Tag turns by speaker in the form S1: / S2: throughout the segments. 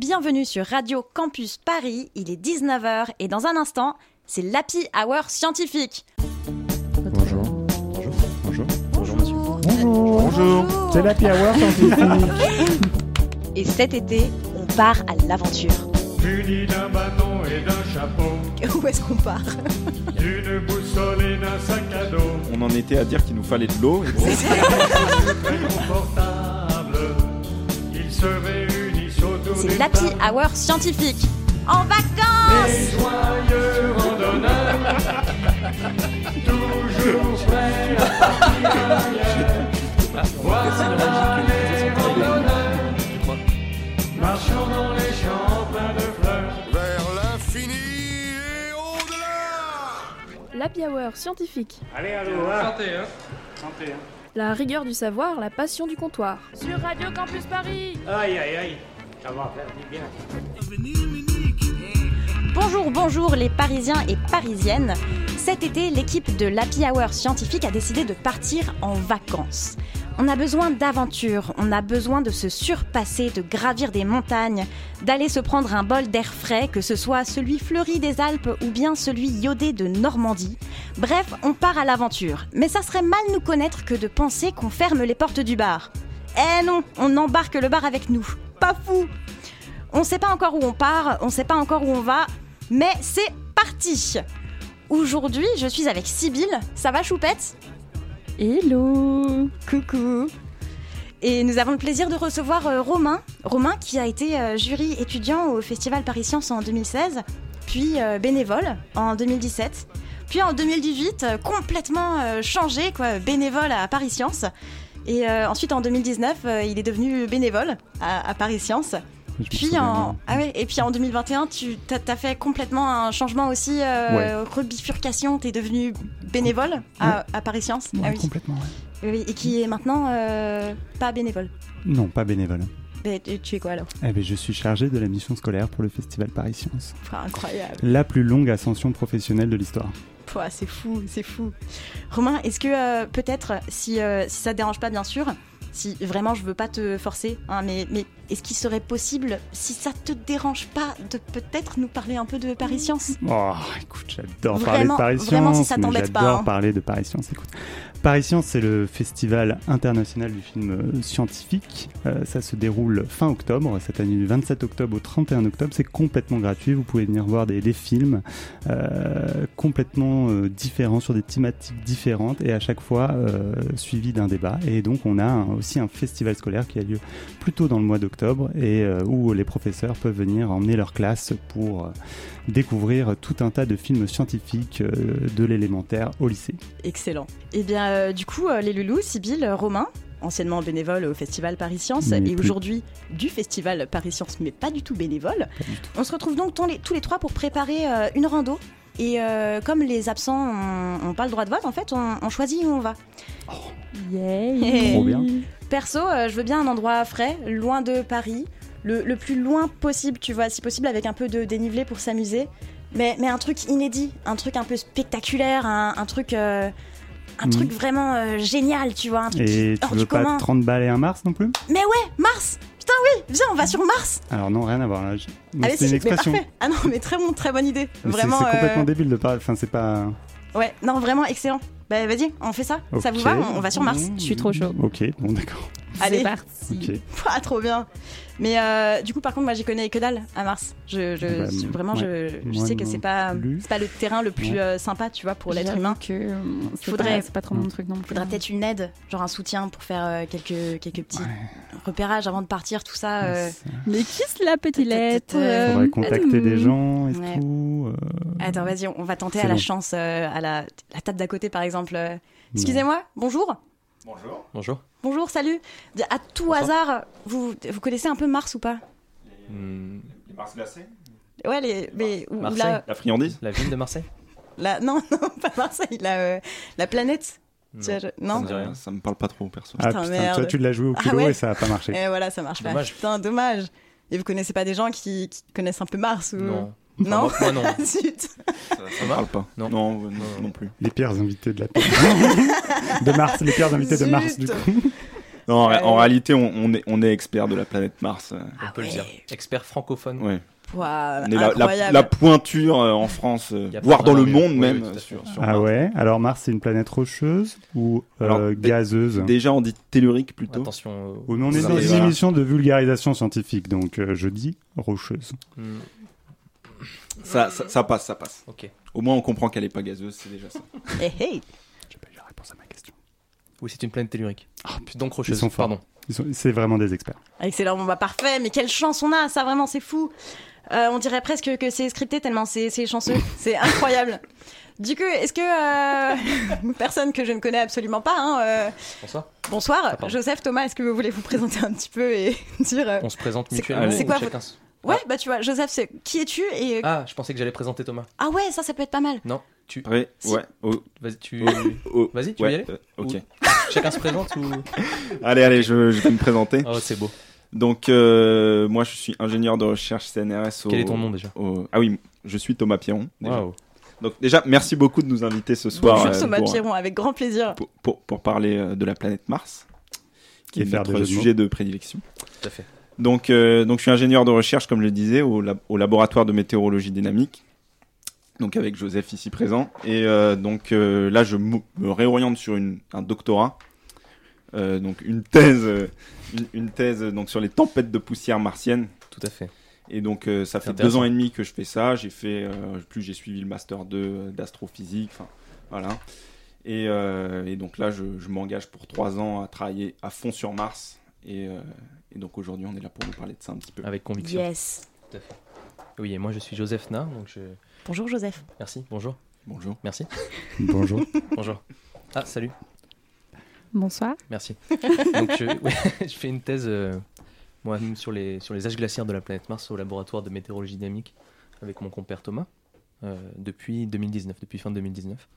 S1: bienvenue sur Radio Campus Paris. Il est 19h et dans un instant, c'est l'Happy Hour scientifique.
S2: Bonjour. Bonjour. Bonjour. Bonjour, monsieur.
S3: Bonjour.
S1: Bonjour.
S3: C'est la Hour scientifique.
S4: Et cet été, on part à l'aventure.
S5: Muni d'un bâton et d'un chapeau,
S4: Où est-ce qu'on part
S5: d'une boussole et d'un sac à dos,
S2: On en était à dire qu'il nous fallait de l'eau. et bon,
S5: très confortable. Ils se réunissent autour
S1: C'est
S5: d'une
S1: l'Happy
S5: table.
S1: Hour scientifique. En vacances
S5: Et joyeux randonneurs, toujours prêts à partir ailleurs. Voilà les randonneurs, marchant dans les champs pleins de fleurs.
S6: vers l'infini et au-delà
S7: L'Happy Hour scientifique.
S8: Allez, allô, hein. Santé, hein.
S7: La rigueur du savoir, la passion du comptoir. Sur Radio Campus Paris
S8: Aïe, aïe, aïe. Ça va faire du bien.
S1: Bonjour, bonjour les Parisiens et Parisiennes. Cet été, l'équipe de l'Happy Hour scientifique a décidé de partir en vacances. On a besoin d'aventures, on a besoin de se surpasser, de gravir des montagnes, d'aller se prendre un bol d'air frais, que ce soit celui fleuri des Alpes ou bien celui iodé de Normandie. Bref, on part à l'aventure. Mais ça serait mal nous connaître que de penser qu'on ferme les portes du bar. Eh non, on embarque le bar avec nous. Pas fou on sait pas encore où on part, on sait pas encore où on va, mais c'est parti Aujourd'hui, je suis avec Sybille. Ça va, Choupette Hello Coucou Et nous avons le plaisir de recevoir euh, Romain. Romain qui a été euh, jury étudiant au Festival Paris Science en 2016, puis euh, bénévole en 2017. Puis en 2018, euh, complètement euh, changé, quoi, bénévole à Paris Science. Et euh, ensuite en 2019, euh, il est devenu bénévole à- à Paris Science.
S2: je me
S1: Puis
S2: souviens.
S1: en, ah ouais, et puis en 2021, tu as, fait complètement un changement aussi, euh, rebifurcation, tu es devenu bénévole à, à Paris Science,
S3: Ouais,
S1: Ah oui.
S3: Complètement, ouais.
S1: Oui, oui, et qui est maintenant euh, pas bénévole.
S3: Non, pas bénévole.
S1: Mais tu tu es quoi alors
S3: Eh ben, je suis chargé de la mission scolaire pour le Festival Paris Science.
S1: Pouah, Incroyable,
S3: La plus longue ascension professionnelle de l'histoire.
S1: Pouah, c'est fou, c'est fou. Romain, est-ce que euh, peut-être, si, euh, si ça te dérange pas bien sûr, si vraiment je veux pas te forcer, hein, mais, mais est-ce qu'il serait possible, si ça te dérange pas, de peut-être nous parler un peu de Paris Science
S3: Oh, écoute, j'adore
S1: Vraiment-
S3: parler de Paris Science.
S1: vraiment, si ça
S3: mais
S1: t'embête pas,
S3: J'adore
S1: hein.
S3: parler de Paris Science. Écoute, Paris Science, c'est le festival international du film euh, scientifique. Euh, ça se déroule fin octobre, cette année du 27 octobre au 31 octobre. C'est complètement gratuit. Vous pouvez venir voir des, des films euh, complètement euh, différents sur des thématiques différentes et à chaque fois euh, suivi d'un débat. Et donc, on a un- aussi un festival scolaire qui a lieu plus tôt dans le mois d'octobre et euh, où les professeurs peuvent venir emmener leur classe pour euh, découvrir tout un tas de films scientifiques euh, de l'élémentaire au lycée.
S1: Excellent. Et bien, euh, du coup, euh, les loulous, Sybille, euh, Romain, anciennement bénévole au Festival Paris Science
S3: Mais
S1: et
S3: plus.
S1: aujourd'hui du Festival Paris Science, mais pas du tout bénévole.
S3: du tout.
S1: On se retrouve donc tous les, tous les trois pour préparer euh, une rando. Et euh, comme les absents n'ont pas le droit de vote, en fait, on, on choisit où on va. Yay.
S3: Trop bien.
S1: Perso, euh, je veux bien un endroit frais, loin de Paris, le, le plus loin possible, tu vois, si possible, avec un peu de dénivelé pour s'amuser. Mais, mais un truc inédit, un truc un peu spectaculaire, un, un truc. euh, un
S3: Mhm.
S1: truc vraiment euh, génial, tu vois, un truc
S3: Et
S1: qui- hors
S3: tu
S1: du
S3: veux pas
S1: commun.
S3: 30 balles et un Mars non plus
S1: Mais ouais, Mars Putain, oui, viens, on va sur Mars
S3: Alors non, rien à voir. là. Je- mais
S1: Ah, mais
S3: c'est une
S1: si, mais
S3: expression.
S1: parfait. Ah non, mais très bon, très bonne idée.
S3: Mais c'est-
S1: Vraiment.
S3: c'est complètement
S1: euh,
S3: débile de pas. Enfin, c'est pas.
S1: Ouais, non, vraiment excellent. Bah vas-y, on fait ça. Ça vous
S3: Ok.
S1: va on, on va sur Mars.
S3: Mmh.
S9: Je suis trop chaud.
S3: Ok, bon d'accord.
S1: Allez.
S9: C'est parti.
S3: Ok.
S1: Pouah, Ah, trop bien. Mais euh, du coup, par contre, moi, j'y connais que dalle à Mars. Je, je-
S3: Bah,
S1: je- vraiment, je, je
S3: moi
S1: sais que
S3: non
S1: c'est pas,
S3: plus.
S1: c'est pas le terrain le plus
S3: Ouais.
S1: euh, sympa, tu vois, pour l'être
S9: J'avoue
S1: humain.
S9: que euh, c'est
S1: Faudrait-
S9: pas- c'est pas trop mon truc non plus.
S1: Faudra peut-être une aide, genre un soutien pour faire euh, quelques, quelques petits repérages avant de partir, tout ça. euh.
S9: Mais qui c'est la petite lettre
S1: Faudrait
S3: On
S9: euh,
S3: va contacter des gens et
S1: Ouais.
S3: tout. euh,
S1: Attends, vas-y, on on va tenter
S3: C'est
S1: à la
S3: bon.
S1: chance, euh, à la, la table d'à côté, par exemple. euh.
S3: non.
S1: Excusez-moi, bonjour.
S10: Bonjour.
S1: Bonjour, salut. À tout
S10: Bonsoir.
S1: hasard, vous, vous connaissez un peu Mars ou pas
S10: Hmm,
S1: Ouais, les, mais, ou- ou
S10: Marseille.
S1: la,
S2: La friandise
S10: la ville de Marseille
S1: la- non, non, pas Marseille, la, euh, la planète.
S10: Non.
S1: Tu vois, je-
S10: Ça
S1: non
S10: me dit rien.
S2: Ça me parle pas trop, perso.
S3: Ah
S1: Putain,
S3: putain,
S1: merde.
S3: toi tu l'as joué au
S1: Ah
S3: culot
S1: ouais.
S3: et ça a pas marché.
S1: Et Eh, voilà, ça marche pas.
S10: Dommage.
S1: Putain, dommage. Et vous connaissez pas des gens qui, qui connaissent un peu Mars ou
S10: Non.
S1: Non.
S10: Enfin, moi, moi, non.
S1: Zut.
S2: Ça, ça me
S10: va
S2: parle pas.
S10: Non.
S2: Non, ouais, non,
S10: Non.
S2: non plus.
S3: Les pires invités de la de Mars, les pires invités de Mars du
S1: Zut.
S3: coup.
S11: Non, en,
S10: Ah,
S11: en réalité, on, on est, on est expert de la planète Mars. euh.
S10: on
S1: Ah,
S10: peut le dire. Expert francophone.
S11: Ouais.
S1: Ouah,
S11: On est la, la-
S1: incroyable.
S11: la pointure euh, en France, euh,
S10: Y a pas
S11: voire dans le
S10: vraiment mieux.
S11: monde
S10: Oui,
S11: même.
S10: oui, tout à
S11: euh,
S10: fait.
S11: sur, sur
S3: Ah
S11: Mars.
S3: ouais Alors Mars, c'est une planète rocheuse ou euh,
S11: Alors, dé-
S3: gazeuse
S11: Déjà, on dit tellurique plutôt.
S10: Attention. euh,
S3: Oui, mais on est
S11: Ça
S3: dans
S11: dépend.
S3: une émission de vulgarisation scientifique, donc euh, je dis rocheuse.
S10: hmm,
S11: Ça, ça, ça passe, ça passe.
S10: Ok.
S11: Au moins, on comprend qu'elle est pas gazeuse, c'est déjà ça.
S1: Hey, Eh, hey.
S3: J'ai pas eu la réponse à ma question.
S10: Oui, c'est une planète tellurique.
S11: Ah,
S10: Donc
S3: Ils
S10: rocheuse.
S3: sont forts.
S10: Pardon.
S3: Ils sont- C'est vraiment des experts.
S1: Excellent, bon bah parfait, mais quelle chance on a, ça vraiment c'est fou. Euh, on dirait presque que c'est scripté tellement c'est c'est chanceux, c'est incroyable. Du coup, est-ce que euh, personne que je ne connais absolument pas, hein, euh,
S10: Bonsoir.
S1: bonsoir,
S10: Ah, pardon.
S1: Joseph, Thomas, est-ce que vous voulez vous présenter un petit peu et dire euh,
S10: On se présente
S1: C'est-
S10: mutuellement.
S11: c'est
S10: ou
S1: quoi
S10: chacun se-
S1: ouais bah tu vois Joseph, c'est qui es-tu et euh, ah.
S10: Ah, je pensais que j'allais présenter Thomas.
S1: ouais ça ça peut être pas mal.
S10: Non, tu.
S11: Après,
S1: Si.
S11: ouais. oh,
S10: Vas-y, tu.
S11: oh,
S10: Vas-y, tu veux y
S11: ouais,
S10: aller
S11: euh, ok.
S10: Chacun se présente ou.
S11: Allez, allez, je, je vais me présenter.
S10: Oh, c'est beau.
S11: Donc, euh, moi, je suis ingénieur de recherche CNRS au.
S10: Quel est ton nom déjà
S11: au- Ah oui, je suis Thomas Pierron. déjà.
S10: Waouh.
S11: Donc, déjà, merci beaucoup de nous inviter ce soir.
S1: Bonjour
S11: euh,
S1: Thomas
S11: pour-
S1: Piron, avec grand plaisir.
S11: pour, pour- pour parler euh, de la planète Mars, qui
S3: Et
S11: est
S3: faire des
S11: notre
S3: jeux de
S11: sujet de prédilection.
S10: Tout à fait.
S11: Donc, euh, donc, je suis ingénieur de recherche, comme je le disais, au, lab- au laboratoire de météorologie dynamique, donc avec Joseph ici présent. Et euh, donc euh, là, je me me réoriente sur une, un doctorat, euh, donc une thèse, euh, une, une thèse euh, donc sur les tempêtes de poussière martienne.
S10: Tout à fait.
S11: Et donc, euh, ça fait deux
S10: intéressant.
S11: ans et demi que je fais ça. J'ai fait, euh, plus j'ai suivi le master 2 euh, d'astrophysique. Enfin, voilà. Et, euh, et donc là, je, je m'engage pour trois ans à travailler à fond sur Mars. Et, euh, et donc aujourd'hui, on est là pour vous parler de ça un petit peu.
S10: Avec conviction.
S1: Yes.
S10: Tout à fait. Oui, et moi je suis Joseph Na, donc je.
S1: Bonjour Joseph.
S10: Merci, bonjour,
S11: Bonjour.
S10: merci,
S3: Bonjour.
S10: bonjour. Ah, salut,
S9: Bonsoir.
S10: merci. Donc je, ouais, je fais une thèse euh, moi-même sur les, sur les âges glaciaires de la planète Mars au laboratoire de météorologie dynamique avec mon compère Thomas euh, depuis 2019, depuis fin 2019.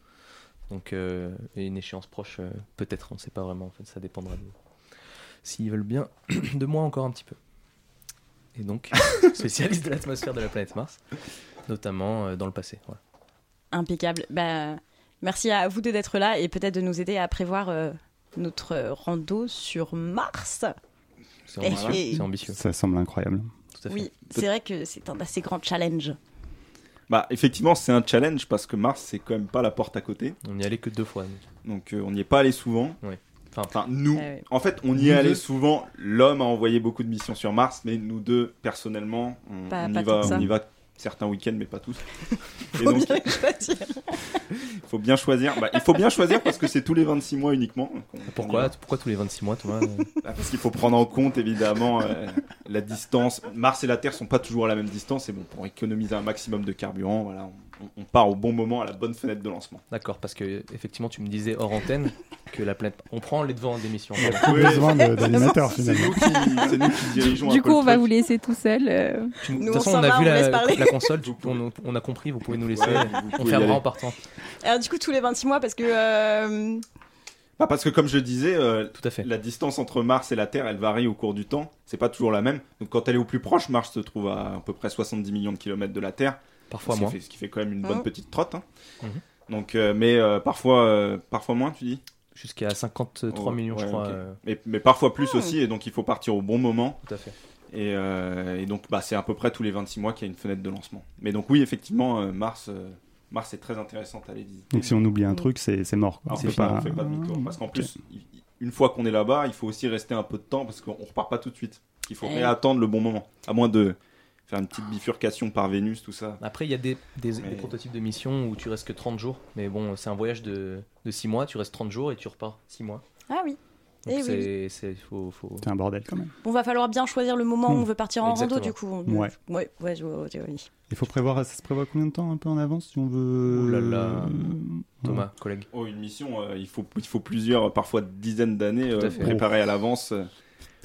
S10: Donc, euh, et une échéance proche, euh, peut-être, on ne sait pas vraiment en fait, ça dépendra de. S'ils veulent bien de moi encore un petit peu. Et donc, spécialiste de l'atmosphère de la planète Mars, notamment euh, dans le passé. Voilà.
S1: Impeccable. Bah, merci à vous deux d'être là et peut-être de nous aider à prévoir euh, notre euh, rando sur Mars.
S10: C'est
S1: Eh,
S10: ambitieux,
S1: eh.
S10: c'est ambitieux,
S3: Ça semble incroyable.
S10: tout à fait.
S1: Oui, c'est vrai que c'est un assez grand challenge.
S11: Bah, effectivement, c'est un challenge parce que Mars, c'est quand même pas la porte à côté.
S10: On n'y allait que deux fois. nous.
S11: Donc, euh, on n'y est pas allé souvent.
S10: Ouais.
S11: Enfin,
S10: Enfin,
S11: nous,
S1: Ah ouais.
S11: en fait, on y
S3: Nous
S11: est allé
S3: deux.
S11: souvent. L'homme a envoyé beaucoup de missions sur Mars, mais nous deux, personnellement, on,
S1: Pas-
S11: on
S1: pas
S11: y, va,
S1: tant que ça.
S11: on y va certains week-ends, mais pas tous. Et
S1: Faut
S11: donc,
S1: bien le choisir.
S11: Il faut bien choisir. Bah, il faut bien choisir parce que c'est tous les 26 mois uniquement. qu'on-
S10: Pourquoi, pourquoi tous les 26 mois, Thomas euh,
S11: Bah, Parce qu'il faut prendre en compte évidemment euh, la distance. Mars et la Terre sont pas toujours à la même distance. Et bon, pour économiser un maximum de carburant, voilà, on, on part au bon moment à la bonne fenêtre de lancement.
S10: D'accord, parce que effectivement, tu me disais hors antenne que la planète. On prend les devants des missions. pardon.
S3: Plus
S11: Oui,
S3: besoin de- d'animateur
S11: C'est
S3: finalement.
S11: nous, qui- c'est nous qui dirigeons. un peu
S9: Du coup,
S11: le
S9: on va
S11: truc.
S9: vous laisser tout seul. euh.
S10: Tu nous- De
S1: Nous, on
S10: toute façon,
S1: s'en
S10: on a
S1: va,
S10: vu
S1: on laisse
S10: la,
S1: parler.
S10: la console,
S11: Vous pouvez.
S10: on, on a compris, vous pouvez nous laisser.
S11: Ouais, vous
S10: on
S11: pouvez y aller.
S10: fermera en partant.
S1: Alors, du coup, tous les 26 mois, parce que. euh,
S11: Bah, parce que comme je disais, euh,
S10: Tout à fait.
S11: la distance entre Mars et la Terre, elle varie au cours du temps. C'est pas toujours la même. Donc quand elle est au plus proche, Mars se trouve à à peu près 70 millions de kilomètres de la Terre.
S10: Parfois
S11: ce, qui
S10: moins.
S11: fait, ce qui fait quand même une
S1: Mhm.
S11: bonne petite trotte. hein.
S10: Mhm.
S11: Donc, euh, mais euh, parfois, euh, parfois moins, tu dis.
S10: Jusqu'à 53
S11: Oh,
S10: millions, je
S11: ouais,
S10: crois.
S11: ok.
S10: euh,
S11: Mais, mais parfois plus aussi, et donc il faut partir au bon moment.
S10: tout à fait.
S11: Et, euh, et donc, bah, c'est à peu près tous les 26 mois qu'il y a une fenêtre de lancement. Mais donc, oui, effectivement, euh, Mars, euh, Mars est très intéressante à aller visiter.
S3: Donc si on oublie un truc, c'est c'est mort. Quoi.
S11: Alors, Ah, on
S3: C'est
S11: ne fait pas, on fait pas
S1: Ah.
S11: demi-tour. Parce qu'en plus, il- il- une fois qu'on est là-bas, il faut aussi rester un peu de temps parce qu'on repart pas tout de suite. Il faut
S1: Ouais.
S11: réattendre le bon moment. À moins de faire une petite bifurcation par Vénus, tout ça.
S10: Après, il y a des, des-
S11: Mais-
S10: des prototypes de missions où tu restes que 30 jours. Mais bon, c'est un voyage de, de 6 mois. Tu restes 30 jours et tu repars 6 mois.
S1: Ah oui. Eh
S10: Donc,
S1: oui,
S10: c'est. c'est- faut- faut-
S3: C'est un bordel quand même.
S1: Bon, va falloir bien choisir le moment où
S3: Hmm.
S1: on veut partir en
S10: Exactement.
S1: rando, du coup.
S3: Ouais.
S1: Ouais, ouais, je vois, ouais, ouais, oui.
S3: Il faut prévoir, ça se prévoit combien de temps un peu en avance si on veut.
S10: Ouh là là.
S3: Euh,
S10: Thomas,
S1: Mmh.
S10: collègue.
S11: Oh, une mission, euh, il, faut, il faut plusieurs, parfois dizaines d'années
S10: Tout à
S11: euh,
S10: fait.
S11: préparées à l'avance. euh,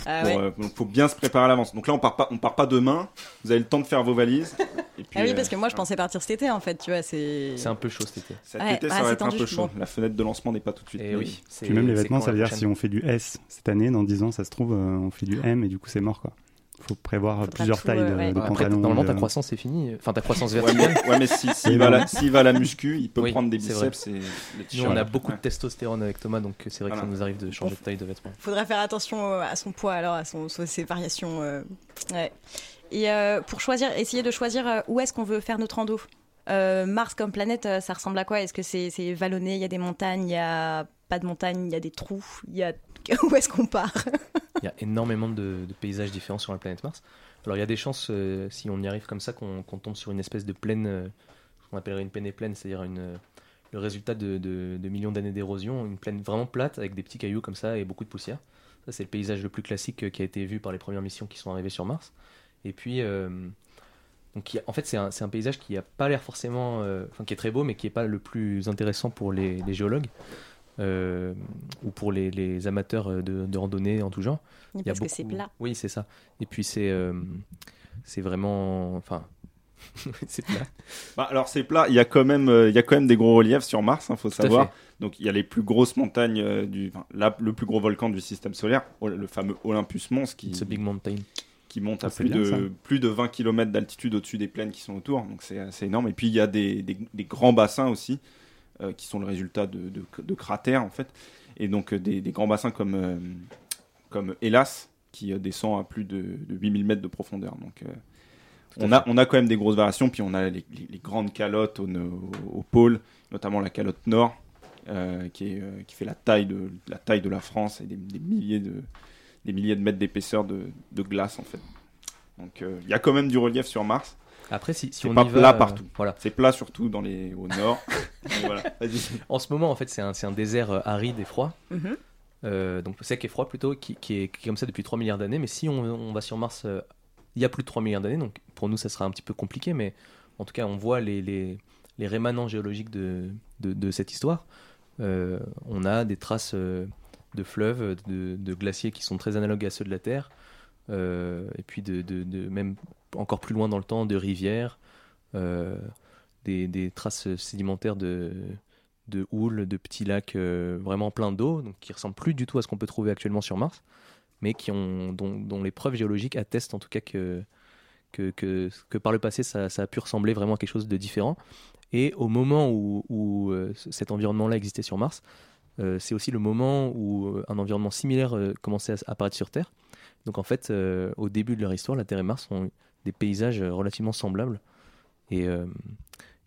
S1: Ah
S11: pour,
S1: ouais.
S11: euh, donc, faut bien se préparer à l'avance. Donc là, on part pas, on part pas demain. Vous avez le temps de faire vos valises. Et puis,
S1: Ah oui,
S11: euh,
S1: parce que moi, je pensais partir cet été, en fait, tu vois, c'est.
S10: C'est un peu chaud cet été.
S11: Cet
S1: Ouais,
S11: été,
S1: ah,
S11: ça va
S1: c'est
S11: être un
S1: tendu,
S11: peu
S1: je
S11: chaud.
S1: comprends.
S11: La fenêtre de lancement n'est pas tout de suite.
S10: Et
S11: mais
S10: Eh oui. c'est-
S3: Puis même les
S10: c'est
S3: vêtements,
S10: quand
S3: ça veut
S10: la
S3: dire si
S10: prochaine
S3: on fait du S cette année, dans 10 ans, ça se trouve, euh, on fait du M et du coup, c'est mort quoi. faut prévoir plusieurs
S10: tout,
S3: tailles de,
S10: euh, ouais.
S3: de
S10: Après,
S3: pantalons.
S10: normalement,
S3: de-
S10: ta croissance est finie. Enfin, ta croissance
S11: hein. Ouais,
S10: verticale.
S11: mais- ouais, mais si- s'il va à la- s'il va à la muscu, il peut prendre des
S10: c'est vrai.
S11: biceps et des
S10: Nous, on
S11: t-shirts.
S10: a beaucoup de testostérone avec Thomas, donc euh, c'est vrai que ça
S11: Voilà.
S10: nous arrive de changer de taille de vêtements.
S12: Faudrait faire attention euh, à son poids, alors à son, à ses variations. euh, ouais. Et euh, pour choisir, essayer de choisir euh, où est-ce qu'on veut faire notre rando. Euh, Mars comme planète, euh, ça ressemble à quoi Est-ce que c'est c'est vallonné Il y a des montagnes, il y a pas de montagnes, il y a des trous, il y a où est-ce qu'on part
S10: Il y a énormément de, de paysages différents sur la planète Mars. Alors il y a des chances, euh, si on y arrive comme ça, qu'on qu'on tombe sur une espèce de plaine, euh, qu'on appellerait une plaine et plaine, c'est-à-dire une, euh, le résultat de, de- de millions d'années d'érosion, une plaine vraiment plate avec des petits cailloux comme ça et beaucoup de poussière. Ça c'est le paysage le plus classique euh, qui a été vu par les premières missions qui sont arrivées sur Mars. Et puis, euh, donc, il y a- en fait c'est un, c'est un paysage qui n'a pas l'air forcément, euh, enfin qui est très beau mais qui n'est pas le plus intéressant pour les, les géologues. euh, ou pour les, les amateurs euh, de, de randonnée en tout genre.
S12: Oui,
S10: Il y a
S12: parce que c'est plat.
S10: oui, c'est ça. Et puis c'est euh, c'est vraiment. Enfin. c'est plat.
S11: Bah, alors c'est plat, il y, a quand même, euh, il y a quand même des gros reliefs sur Mars, il faut
S10: à
S11: savoir.
S10: fait.
S11: Donc il y a les plus grosses montagnes, euh, du, enfin, la- le plus gros volcan du système solaire, Ol- le fameux Olympus Mons qui, qui monte à
S10: Ah, c'est
S11: plus
S10: bien, ça.
S11: de, plus de 20 km d'altitude au-dessus des plaines qui sont autour, donc c'est assez énorme. Et puis il y a des, des- des grands bassins aussi, euh, qui sont le résultat de, de- de cratères en fait. Et donc euh, des, des grands bassins comme, euh, comme Hélas, qui euh, descend à plus de, de 8000 mètres de profondeur. Donc euh,
S10: à
S11: on, a, on a quand même des grosses variations, puis on a les, les- les grandes calottes au, au- au pôle, notamment la calotte nord, euh, qui, est, euh, qui fait la taille, de, la taille de la France et des, des milliers, de, des milliers de mètres d'épaisseur de, de glace en fait. Donc euh, il y a quand même du relief sur Mars.
S10: Après, si, si
S11: C'est
S10: on
S11: pas
S10: y va,
S11: plat
S10: euh,
S11: partout.
S10: voilà.
S11: C'est plat surtout dans les, au nord. Mais voilà.
S10: En ce moment, en fait, c'est un, c'est un désert euh, aride et froid.
S12: Mhm.
S10: Euh, donc sec et froid plutôt, qui, qui est, qui est comme ça depuis 3 milliards d'années. Mais si on, on va sur Mars, euh, il y a plus de 3 milliards d'années, donc pour nous, ça sera un petit peu compliqué. Mais en tout cas, on voit les, les, les rémanents géologiques de, de, de cette histoire. Euh, on a des traces euh, de fleuves, de, de glaciers qui sont très analogues à ceux de la Terre. Euh, et puis de, de- de- même encore plus loin dans le temps, de rivières. Euh, des, des traces sédimentaires de, de houles, de petits lacs euh, vraiment pleins d'eau, donc qui ressemblent plus du tout à ce qu'on peut trouver actuellement sur Mars, mais qui ont, dont, dont les preuves géologiques attestent en tout cas que, que, que, que par le passé ça, ça a pu ressembler vraiment à quelque chose de différent. Et au moment où, où, euh, c- cet environnement-là existait sur Mars, euh, c'est aussi le moment où euh, un environnement similaire euh, commençait à s- apparaître sur Terre. Donc en fait, euh, au début de leur histoire, la Terre et Mars ont eu des paysages euh, relativement semblables. Et, euh,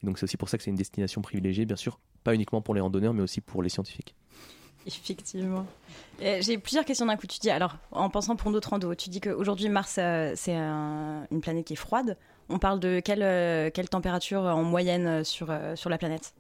S10: et donc c'est aussi pour ça que c'est une destination privilégiée, bien sûr, pas uniquement pour les randonneurs, mais aussi pour les scientifiques.
S12: Effectivement. Euh, J'ai plusieurs questions d'un coup. Tu dis, alors, en pensant pour notre rando, tu dis qu'aujourd'hui, Mars, euh, c'est un- une planète qui est froide. On parle de quelle, euh, quelle température euh, en moyenne euh, sur, euh, sur la planète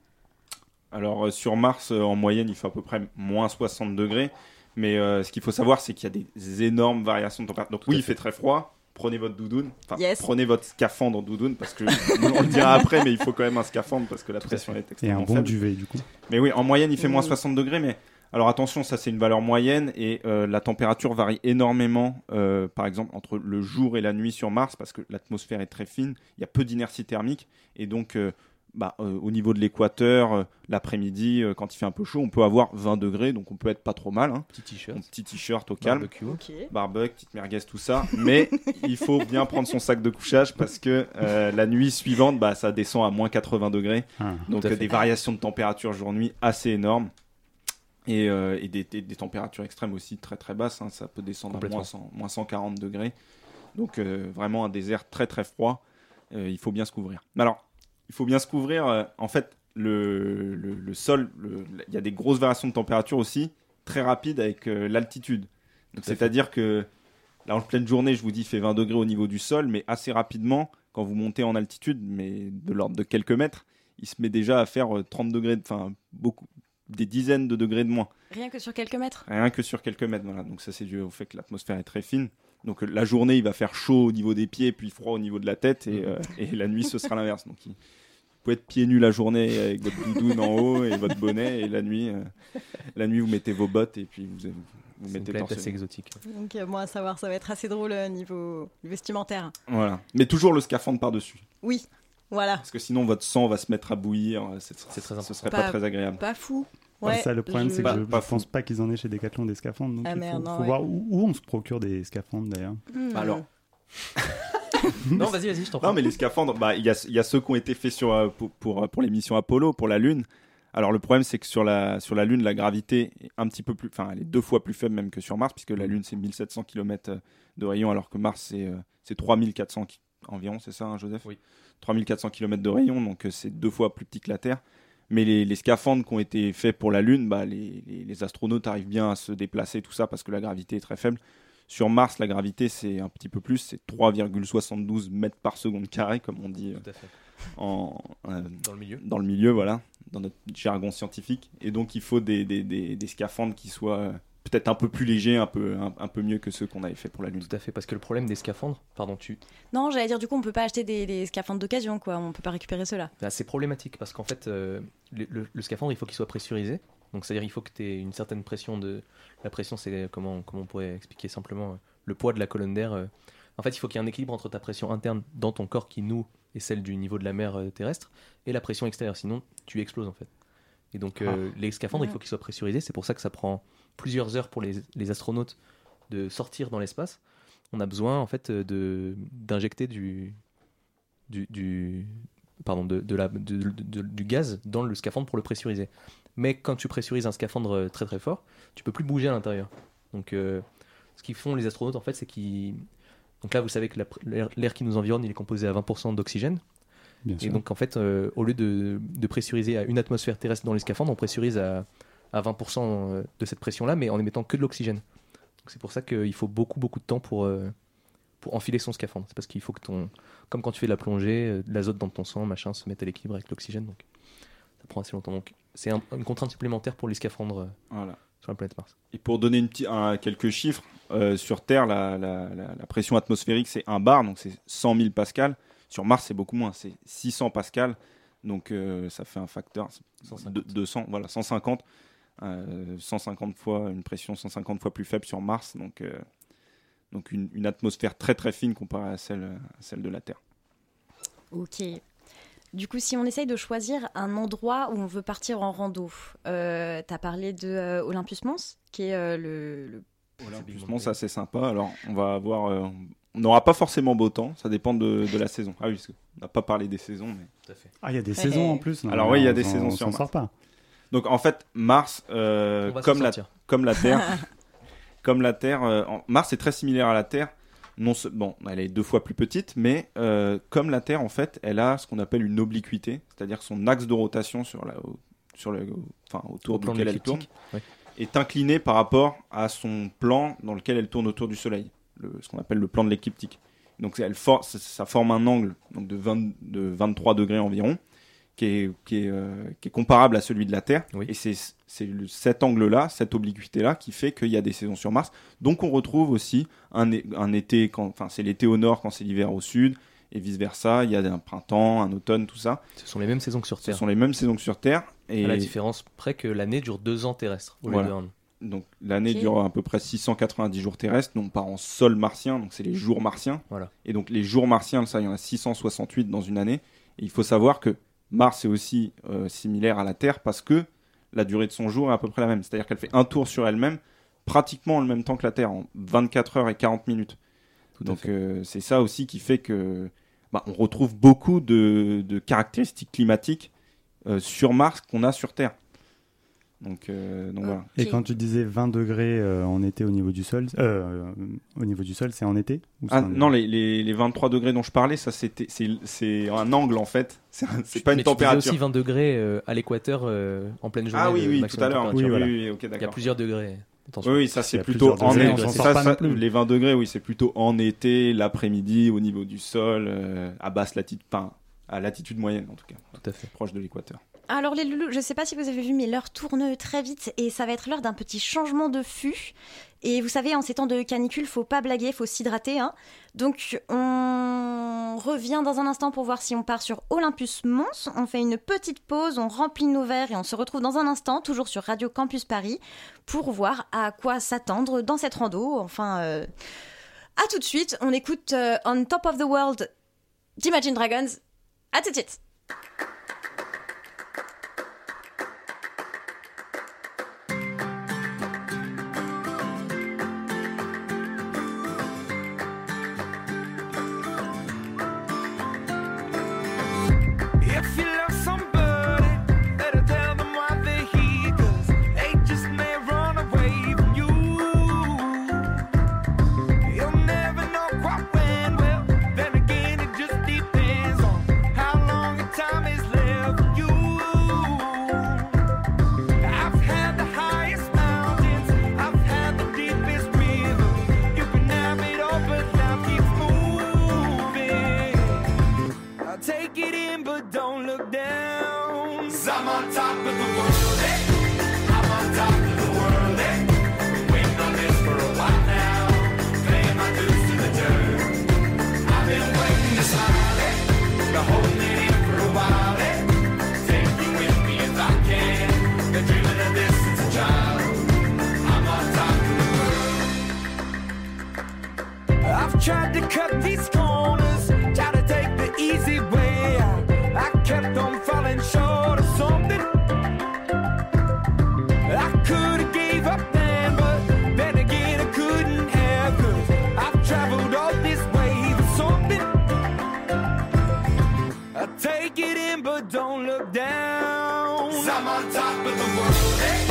S11: Alors euh, sur Mars, euh, en moyenne, il fait à peu près moins 60 degrés. Mais euh, ce qu'il faut savoir, c'est qu'il y a des énormes variations de température. Donc oui, il fait très froid. Prenez votre doudoune. Enfin,
S12: Yes.
S11: prenez votre scaphandre doudoune parce que on le dira après, mais il faut quand même un scaphandre parce que la pression est
S3: Et
S11: extrêmement
S3: un bon
S11: faible.
S3: duvet, du coup.
S11: Mais oui, en moyenne, il fait moins
S3: Mm.
S11: 60 degrés. Mais alors attention, ça c'est une valeur moyenne et euh, la température varie énormément, euh, par exemple, entre le jour et la nuit sur Mars parce que l'atmosphère est très fine, il y a peu d'inertie thermique et donc. euh, bah, euh, au niveau de l'équateur, euh, l'après-midi, euh, quand il fait un peu chaud, on peut avoir 20 degrés, donc on peut être pas trop mal. hein.
S10: Petit t-shirt.
S11: Un Petit t-shirt au calme.
S10: Barbecue. Ok.
S11: Barbecue, petite merguez, tout ça. Mais il faut bien prendre son sac de couchage parce que euh, la nuit suivante, bah, ça descend à moins 80 degrés.
S3: Ah.
S11: donc
S10: Tout à
S11: euh,
S10: fait.
S11: des variations de température jour-nuit assez énormes. Et, euh, et des, des- des températures extrêmes aussi très très basses. hein. Ça peut descendre à
S10: Complètement.
S11: moins, 100 moins 140 degrés. Donc euh, vraiment un désert très très froid. Euh, il faut bien se couvrir. Mais alors, il faut bien se couvrir. euh, en fait, le, le- le sol, le- il y a des grosses variations de température aussi, très rapides avec euh, l'altitude. Donc,
S10: Tout à fait.
S11: C'est-à-dire que là, en pleine journée, je vous dis, il fait 20 degrés au niveau du sol, mais assez rapidement, quand vous montez en altitude, mais de l'ordre de quelques mètres, il se met déjà à faire euh, 30 degrés, de- enfin, beaucoup, des dizaines de degrés de moins.
S12: Rien que sur quelques mètres
S11: Rien que sur quelques mètres, voilà. Donc ça, c'est dû au fait que l'atmosphère est très fine. Donc euh, la journée, il va faire chaud au niveau des pieds, puis froid au niveau de la tête, et, euh, et la nuit, ce sera l'inverse. Donc il- vous pouvez être pieds nus la journée avec votre doudoune en haut et votre bonnet, et la nuit, euh, la nuit, vous mettez vos bottes et puis vous, vous mettez
S10: une planète
S11: torse nu.
S10: assez exotique.
S12: Donc, euh, bon, à savoir, ça va être assez drôle euh, niveau vestimentaire.
S11: Voilà. Mais toujours le scaphandre par-dessus,
S12: Oui, voilà.
S11: parce que sinon votre sang va se mettre à bouillir. euh, C'est très ce serait pas,
S12: Pas-
S11: très agréable.
S12: Pas fou.
S3: Enfin,
S12: Ouais,
S3: Ah, ça, le problème,
S12: je-
S3: c'est que je ne pense pas qu'ils en aient chez Decathlon des scaphandres. Donc
S12: Ah
S3: il faut,
S12: merde, non,
S3: faut
S12: ouais.
S3: voir où, où on se procure des scaphandres d'ailleurs.
S12: Hmm.
S11: Alors,
S10: non, vas-y, vas-y, je t'en prie.
S11: Non, mais les scaphandres, bah, il y a, il y a ceux qui ont été faits sur, euh, pour, pour, pour les missions Apollo, pour la Lune. Alors, le problème, c'est que sur la, sur la Lune, la gravité est un petit peu plus. Enfin, elle est deux fois plus faible même que sur Mars, puisque la Lune, c'est 1700 km euh, de rayon, alors que Mars, c'est euh, c'est 3400 qui- environ, c'est ça, hein, Joseph
S10: Oui.
S11: 3400 km de rayon, donc euh, c'est deux fois plus petit que la Terre. Mais les, les scaphandres qui ont été faits pour la Lune, bah, les, les- les astronautes arrivent bien à se déplacer, tout ça, parce que la gravité est très faible. Sur Mars, la gravité, c'est un petit peu plus, c'est 3,72 mètres par seconde carré, comme on dit euh,
S10: Tout à fait.
S11: en, euh,
S10: Dans le milieu.
S11: Dans le milieu, voilà, dans notre jargon scientifique. Et donc, il faut des, des, des- des scaphandres qui soient euh, peut-être un peu plus légers, un peu, un, un peu mieux que ceux qu'on avait fait pour la Lune.
S10: Tout à fait, parce que le problème des scaphandres, pardon, tu,
S12: Non, j'allais dire, du coup, on peut pas acheter des, des scaphandres d'occasion, quoi. On peut pas récupérer ceux-là.
S10: Bah, c'est problématique parce qu'en fait, euh, le, le- le scaphandre, il faut qu'il soit pressurisé. Donc, c'est-à-dire, il faut que tu aies une certaine pression de. La pression, c'est comment, comment on pourrait expliquer simplement euh, le poids de la colonne d'air. euh. En fait, il faut qu'il y ait un équilibre entre ta pression interne dans ton corps qui noue et celle du niveau de la mer euh, terrestre et la pression extérieure. Sinon, tu exploses en fait. Et donc, euh, les scaphandres, il
S13: Mhm.
S10: faut qu'ils soient pressurisés. C'est pour ça que ça prend plusieurs heures pour les, les astronautes de sortir dans l'espace. On a besoin en fait euh, de d'injecter du, du, du- pardon de, de la de- de- de- du gaz dans le scaphandre pour le pressuriser. Mais quand tu pressurises un scaphandre euh, très très fort, tu peux plus bouger à l'intérieur. Donc euh, ce qu'ils font les astronautes en fait, c'est qu'ils donc là vous savez que la pr- l'air- l'air qui nous environne il est composé à 20% d'oxygène.
S3: Bien
S10: Et
S3: sûr.
S10: donc en fait euh, au lieu de, de pressuriser à une atmosphère terrestre dans les scaphandres, on pressurise à à 20% euh, de cette pression là, mais en émettant que de l'oxygène. Donc, C'est pour ça qu'il faut beaucoup, beaucoup de temps pour, euh, pour enfiler son scaphandre. C'est parce qu'il faut que ton. Comme quand tu fais de la plongée, euh, de l'azote dans ton sang, machin, se mette à l'équilibre avec l'oxygène. Donc, ça prend assez longtemps. Donc, c'est un- une contrainte supplémentaire pour les scaphandres euh, sur la planète Mars.
S11: Et pour donner une petite- un- quelques chiffres, euh, sur Terre, la, la- la- la pression atmosphérique, c'est 1 bar, donc c'est 100 000 pascal. Sur Mars, c'est beaucoup moins, c'est 600 pascal. Donc euh, ça fait un facteur de- 200, voilà, 150. euh, 150 fois une pression 150 fois plus faible sur Mars, donc, euh, donc une, une atmosphère très très fine comparée à celle, à celle de la Terre.
S12: Ok. Du coup, si on essaye de choisir un endroit où on veut partir en rando, euh, t'as parlé de euh, Olympus mons qui est euh, le, le-
S11: Justement, ça c'est sympa. Alors, on va avoir, euh, on n'aura pas forcément beau temps, ça dépend de, de la saison. Ah oui, parce qu'on n'a pas parlé des saisons, mais
S3: Ah, il y a des saisons en plus. Non,
S11: Alors
S3: mais
S11: oui, il y a
S3: on
S11: des
S3: s'en-
S11: saisons
S3: on
S11: sur
S3: s'en
S11: Mars.
S3: sort pas.
S11: Donc en fait, Mars, euh,
S3: On va s'en
S11: comme, la,
S3: sortir.
S11: comme la Terre, comme la Terre, euh, en- Mars est très similaire à la Terre. Non, se- bon, elle est deux fois plus petite, mais euh, comme la Terre, en fait, elle a ce qu'on appelle une obliquité, c'est-à-dire que son axe de rotation sur la, au- sur le, au- enfin, autour
S10: Au plan de
S11: duquel elle tourne
S10: l'écliptique, ouais.
S11: est incliné par rapport à son plan dans lequel elle tourne autour du Soleil, le- ce qu'on appelle le plan de l'écliptique. Donc elle for- ça- ça forme un angle donc de, 20 de 23 degrés environ, qui est, qui est, euh, qui est comparable à celui de la Terre. Et c'est c'est le- cet angle-là, cette obliquité-là, qui fait qu'il y a des saisons sur Mars. Donc on retrouve aussi un, é- un été, quand- enfin c'est l'été au nord quand c'est l'hiver au sud, et vice-versa. Il y a un printemps, un automne, tout ça.
S10: Ce sont les mêmes saisons que sur Terre.
S11: Ce sont les mêmes saisons que sur Terre. Et
S10: À la différence près que l'année dure deux ans terrestres au lieu
S11: Voilà.
S10: d'un.
S11: Donc l'année
S10: Ok.
S11: dure à peu près 690 jours terrestres, donc on part en sol martien, donc c'est les jours martiens. Et donc les jours martiens, ça, il y en a 668 dans une année. Et il faut savoir que Mars est aussi euh, similaire à la Terre parce que la durée de son jour est à peu près la même. C'est-à-dire qu'elle fait un tour sur elle-même pratiquement en le même temps que la Terre, en 24 heures et 40 minutes. Donc euh, c'est ça aussi qui fait que bah, on retrouve beaucoup de, de caractéristiques climatiques euh, sur Mars qu'on a sur Terre. Donc, euh, donc voilà.
S3: Et quand tu disais 20 degrés euh, en été au niveau du sol, euh, au niveau du sol, c'est en été ou c'est
S11: Ah,
S3: en-
S11: non, les, les, les 23 degrés dont je parlais, ça c'était c'est- c'est un angle en fait. C'est un- c'est pas une
S10: Mais tu disais
S11: température.
S10: aussi 20 degrés euh, à l'équateur euh, en pleine journée.
S11: Ah oui,
S10: de
S11: oui, tout
S10: maximum
S11: à l'heure.
S10: température.
S11: Oui, voilà. Oui, oui, ok,
S10: Il y a
S11: d'accord.
S10: plusieurs degrés. Attention.
S11: Oui, oui, ça c'est plutôt en été.
S10: degrés, on s'en
S11: Ça,
S10: sort pas
S11: ça,
S10: non plus.
S11: les 20 degrés, oui, c'est plutôt en été, l'après-midi, au niveau du sol, euh, à basse latitude, enfin, à latitude moyenne en tout cas.
S10: Tout à fait.
S11: Proche de l'équateur.
S12: Alors les loulous, je sais pas si vous avez vu, mais l'heure tourne très vite et ça va être l'heure d'un petit changement de fût. Et vous savez, en ces temps de canicule, faut pas blaguer, faut s'hydrater. hein. Donc on revient dans un instant pour voir si on part sur Olympus Mons. On fait une petite pause, on remplit nos verres et on se retrouve dans un instant, toujours sur Radio Campus Paris, pour voir à quoi s'attendre dans cette rando. Enfin, euh, à tout de suite. On écoute euh, On Top of the World d'Imagine Dragons. À tout de suite.
S5: down. I'm on top of the world. eh? I'm on top of the world. eh? Waiting on this for a while now. Paying my dues to the dirt. I've been waiting to smile. eh? Been holding it in for a while. eh? Take you with me if I can. Been dreaming of this since a child. I'm on top of the world. I've tried to cut these corners, try to take the easy way out. I kept on falling short of something. I could have gave up then, but then again I couldn't have. Cause I've traveled all this way for something. I take it in, but don't look down. i I'm on top of the world. eh?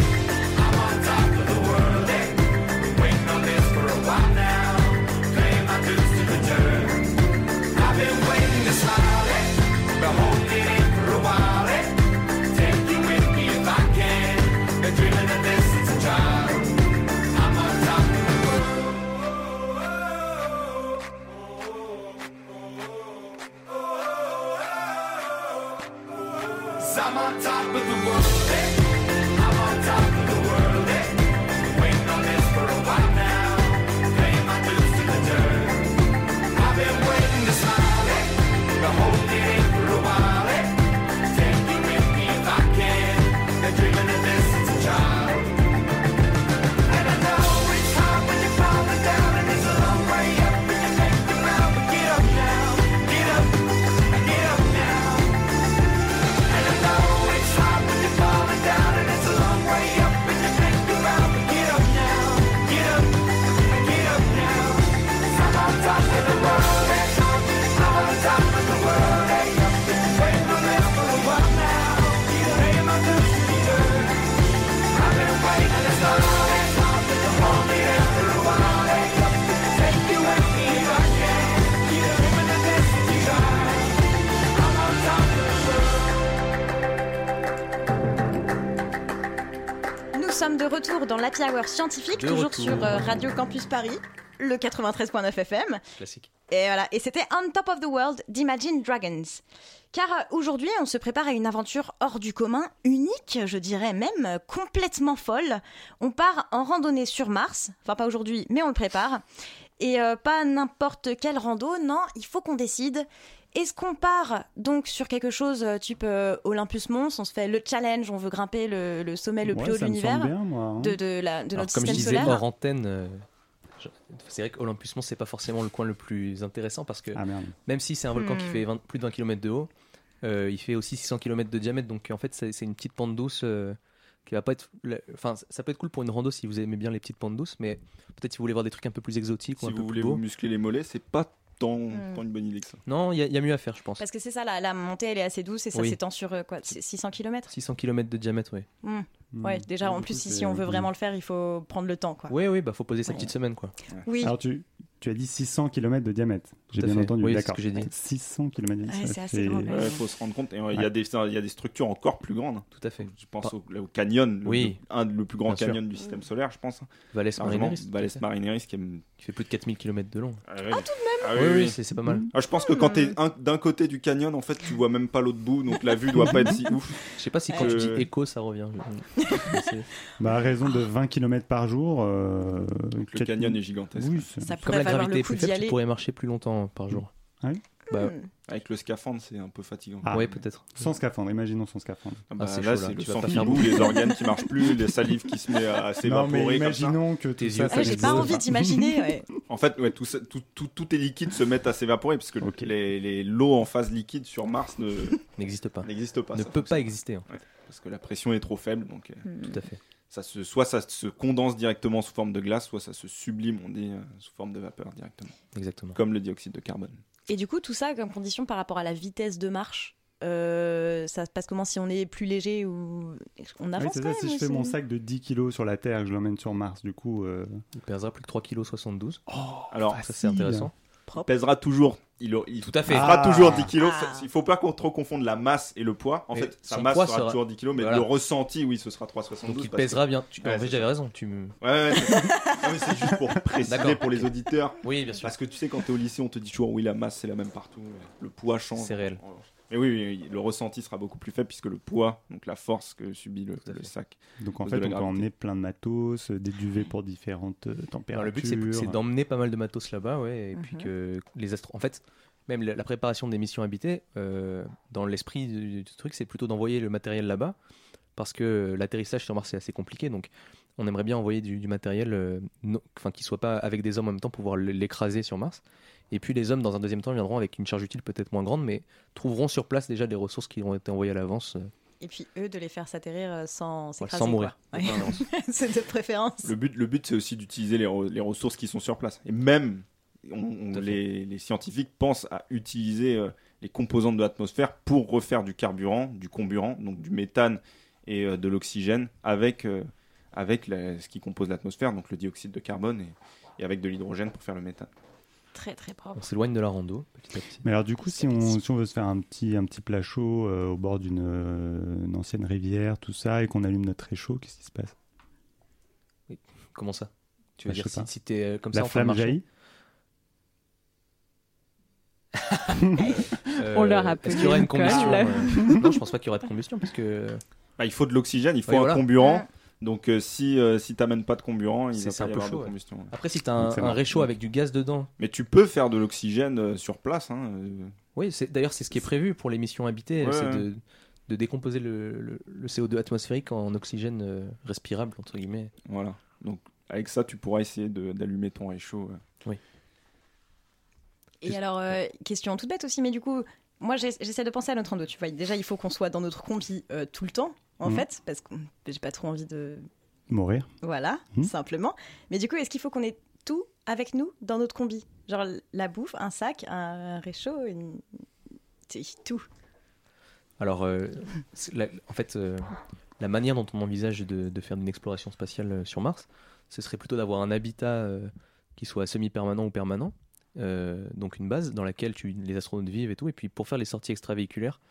S5: I'm on top of the world. eh? Waiting on this for a while now. Paying my dues to the dirt. I've been waiting to smile it. Been holding it in for a while it. Take you with me if I can. Been dreaming of this since a child. I'm on top of the world. I'm on top of the world. eh? I'm on top of the world. eh? Waiting on this for a while now. Paying my dues to the dirt. I've been waiting to smile it. Been holding it in for a while it. Take you with me if I can. Been dreaming of this since a child. And I know it's hard when you're falling down and it's a long way up when you make the ground. But get up now. Get up. Get up now. And I know it's hard when you're falling down and it's a long way up when you make the ground. But get up now. Get up. Get up now. I'm on top of the world. eh? I'm on top of the world. eh? Waiting on this for a while now. Paying my dues to the earth. I've been waiting this long. eh? I'm only here for a while. eh? Take you with me if I can. Dreaming of this if you try. I'm on top of the world.
S12: Nous sommes de retour dans l'Happy Hour scientifique,
S10: De
S12: toujours
S10: retour.
S12: sur euh, Radio Campus Paris, le 93.9 FM.
S10: Classique.
S12: Et voilà, et c'était On Top of the World d'Imagine Dragons. Car euh, aujourd'hui, on se prépare à une aventure hors du commun, unique, je dirais même, euh, complètement folle. On part en randonnée sur Mars, enfin pas aujourd'hui, mais on le prépare. Et euh, pas n'importe quel rando, non, il faut qu'on décide. Est-ce qu'on part donc sur quelque chose euh, type euh, Olympus Mons On se fait le challenge, on veut grimper le, le sommet le
S3: Ouais,
S12: plus haut de
S3: ça me semble
S12: l'univers,
S3: bien, moi, hein.
S12: de, de la- de
S10: Alors,
S12: notre
S10: comme je
S12: système
S10: disais
S12: solaire.
S10: hors antenne, euh, je- c'est vrai qu'Olympus Mons, c'est pas forcément le coin le plus intéressant parce
S3: Ah,
S10: que même si c'est un volcan qui
S12: Ah. Hmm.
S10: fait 20 plus de 20 km de haut, euh, il fait aussi 600 km de diamètre. Donc en fait, c'est c'est une petite pente douce euh, qui va pas être. la- Enfin, ça peut être cool pour une rando si vous aimez bien les petites pentes douces, mais peut-être si vous voulez voir des trucs un peu plus exotiques ou un
S11: Si
S10: peu
S11: vous
S10: plus
S11: voulez
S10: beaux.
S11: vous muscler les mollets, c'est pas tant, tant une bonne idée que ça.
S10: Non, il y, a- il y a mieux à faire, je pense.
S12: Parce que c'est ça, la, la montée, elle est assez douce et ça
S10: Oui.
S12: s'étend sur euh, quoi, c'est 600 km
S10: 600 km de diamètre, oui.
S3: Hmm. Mmh.
S12: Ouais, déjà, en
S10: Du
S12: plus,
S10: coup,
S12: si,
S10: c'est-
S3: euh,
S12: si on veut vraiment le faire, il faut prendre le temps, quoi.
S10: Oui, oui, bah faut poser sa petite semaine, quoi.
S12: Oui.
S3: Alors tu, tu as dit 600 km de diamètre. J'ai
S10: à
S3: bien
S10: fait.
S3: entendu.
S10: Oui, c'est ce
S3: D'accord.
S10: que j'ai dit.
S3: 600 km.
S12: Ouais, c'est assez grand, quand
S11: Il
S12: même.
S11: faut se rendre compte. et, euh, Il y, a des- il y a des structures encore plus grandes.
S10: Tout à fait.
S11: Je pense
S10: Pas-
S11: au, au canyon, le-
S10: Oui.
S11: le- un, le plus grand
S10: Bien sûr. Hmm.
S11: canyon du système solaire, je pense.
S10: Valles
S11: Largement,
S10: Marineris, tout à
S11: Valles
S10: fait.
S11: Marineris qui est
S10: Qui fait plus de 4000 km de long.
S11: Ah, tout de même.
S10: Oui, oui, c'est- c'est pas mal.
S11: Ah, je pense que quand t'es un- d'un côté du canyon, en fait, tu vois même pas l'autre bout, donc la vue doit pas être si ouf.
S10: Je sais pas si quand
S11: Euh,
S10: tu dis écho, ça revient. C'est-
S3: Bah, à raison de 20 km par jour. euh,
S11: le
S3: quatre-
S11: canyon est gigantesque.
S3: Oui, c'est-
S12: Ça
S10: Comme la
S12: pourrait valoir
S10: gravité
S12: le
S10: est
S12: coup
S10: plus
S12: d'y
S10: faible, tu
S12: aller. Hmm.
S10: pourrais marcher plus longtemps par jour.
S3: Ah oui
S10: Bah,
S11: Avec le scaphandre, c'est un peu fatigant.
S3: Ah.
S10: Ouais, peut-être.
S3: Sans scaphandre, imaginons sans scaphandre.
S11: Ah bah,
S10: Ah, c'est
S11: là,
S10: chaud, là.
S11: c'est le
S10: Tu vas
S11: sang
S10: pas
S11: qui
S10: faire
S11: bout,
S10: beaucoup.
S11: les organes qui marchent plus, les salives qui se met à, à
S3: Non, mais
S11: s'évaporer. comme ça.
S3: imaginons que tout Tes ça, yeux, ça
S12: Ah, J'ai pas envie d'imaginer, ouais.
S11: En fait, ouais, tout, ça- tout, tout, tout est liquide se mettent à s'évaporer parce que les, les- l'eau en phase liquide sur Mars ne
S10: n'existe pas.
S11: N'existe pas.
S10: Ah. Ne
S11: ça
S10: peut pas
S11: fonctionne
S10: exister. hein.
S11: Ouais, parce que la pression est trop faible, donc. euh,
S10: Tout à fait.
S11: Ça se, soit ça se condense directement sous forme de glace, soit ça se sublime, on dit, euh, sous forme de vapeur directement.
S10: Exactement.
S11: Comme le dioxyde de carbone.
S12: Et du coup, tout ça comme condition par rapport à la vitesse de marche, euh, ça se passe comment si on est plus léger ou on
S3: Oui,
S12: avance
S3: c'est
S12: quand
S3: ça, si
S12: même,
S3: je
S12: ou
S3: fais
S12: c'est-
S3: mon sac de 10 kg sur la Terre et que je l'emmène sur Mars, du coup. euh,
S10: Il pèsera plus que 3,72 kg.
S11: Alors,
S12: Ah,
S10: ça, c'est intéressant.
S11: Il pèsera toujours. Il, aura- il
S10: Tout à fait.
S11: fera
S10: Ah.
S11: toujours 10 kilos. Il faut pas qu'on trop confonde la masse et le poids. En
S10: Et
S11: fait, sa
S10: son
S11: masse
S10: poids
S11: sera,
S10: sera-
S11: toujours 10 kilos, mais
S10: Voilà.
S11: le ressenti, oui, ce sera 3,72.
S10: Donc il
S11: parce que-
S10: pèsera bien. Tu...
S11: Ouais,
S10: en fait,
S11: c'est
S10: j'avais raison. Tu... me-
S11: Ouais, ouais, c'est ça. Non, mais c'est juste pour préciser
S10: D'accord,
S11: pour les
S10: ok.
S11: auditeurs.
S10: Oui, bien sûr.
S11: Parce que tu sais, quand t'es au lycée, on te dit toujours oui, la masse c'est la même partout. Le poids change.
S10: C'est réel.
S11: Mais oui, oui, oui, le ressenti sera beaucoup plus faible puisque le poids, donc la force que subit le, le sac.
S3: Donc en
S11: cause
S3: fait,
S11: de la
S3: on peut
S11: gravité.
S3: emmener plein de matos, euh, des duvets pour différentes euh, températures.
S10: Alors, le but, c'est-
S3: hein.
S10: c'est d'emmener pas mal de matos là-bas, ouais, et puis que les astro... En fait, même la la préparation des missions habitées, euh, dans l'esprit du, du truc, c'est plutôt d'envoyer le matériel là-bas, parce que l'atterrissage sur Mars, c'est assez compliqué, donc on aimerait bien envoyer du, du matériel euh, non- enfin, qui soit pas avec des hommes en même temps, pour pouvoir l- l'écraser sur Mars. Et puis les hommes, dans un deuxième temps, viendront avec une charge utile peut-être moins grande, mais trouveront sur place déjà des ressources qui ont été envoyées à l'avance. euh,
S12: Et puis eux, de les faire s'atterrir euh, sans s'écraser.
S10: sans mourir.
S12: quoi. Ouais. c'est de préférence.
S11: Le but, le but c'est aussi d'utiliser les, re- les ressources qui sont sur place. Et même, on- on- les, les scientifiques pensent à utiliser euh, les composantes de l'atmosphère pour refaire du carburant, du comburant, donc du méthane et euh, de l'oxygène avec, euh, avec la- ce qui compose l'atmosphère, donc le dioxyde de carbone et, et avec de l'hydrogène pour faire le méthane.
S12: Très très propre.
S10: On s'éloigne de la rando, petit à petit.
S3: Mais alors du coup, si on, si on veut se faire un petit, un petit plat chaud euh, au bord d'une euh, une ancienne rivière, tout ça, et qu'on allume notre réchaud, qu'est-ce qui se passe
S10: Comment ça Tu
S3: Bah,
S10: veux
S3: je
S10: dire
S3: sais
S10: si,
S3: pas.
S10: si t'es euh, comme
S3: La
S10: ça en train de
S3: flamme
S10: marcher
S3: jaillit
S10: Euh,
S9: On leur rappelle
S10: Est-ce qu'il y aura une
S9: quand
S10: combustion
S9: même.
S10: euh, Non, je pense pas qu'il y aura de combustion parce que euh,
S11: Bah, il faut de l'oxygène, il faut
S10: Ouais,
S11: un
S10: voilà.
S11: comburant. Donc euh, si, euh, si tu n'amènes pas de comburant, il va
S10: c'est
S11: pas
S10: un
S11: y
S10: peu
S11: avoir
S10: chaud.
S11: de
S10: ouais.
S11: combustion. ouais.
S10: Après, si t'as un,
S11: Donc, c'est
S10: un
S11: marrant.
S10: réchaud avec du gaz dedans,
S11: Mais tu peux faire de l'oxygène euh, sur place. hein, euh.
S10: oui, c'est d'ailleurs c'est ce qui est prévu pour les missions habitées,
S11: Ouais,
S10: c'est
S11: ouais.
S10: de, de décomposer le, le- le CO2 atmosphérique en oxygène euh, respirable entre guillemets.
S11: Voilà. Donc avec ça, tu pourras essayer de- d'allumer ton réchaud. euh. ouais.
S12: Et alors, euh, question toute bête aussi, mais du coup, moi j'ess- j'essaie de penser à notre rando. Tu vois, déjà il faut qu'on soit dans notre combi euh, tout le temps, en
S11: Mm.
S3: Mhm.
S12: fait, parce que j'ai pas trop envie de.
S3: Mourir
S12: Voilà,
S11: Mm.
S3: Mhm.
S12: simplement. Mais du coup, est-ce qu'il faut qu'on ait tout avec nous dans notre combi Genre la bouffe, un sac, un réchaud, une. c'est Tout.
S10: Alors, euh, c'est la- en fait, euh, la manière dont on envisage de, de faire une exploration spatiale euh, sur Mars, ce serait plutôt d'avoir un habitat euh, qui soit semi-permanent ou permanent, euh, donc une base dans laquelle tu- les astronautes vivent et tout. Et puis pour faire les sorties extravéhiculaires,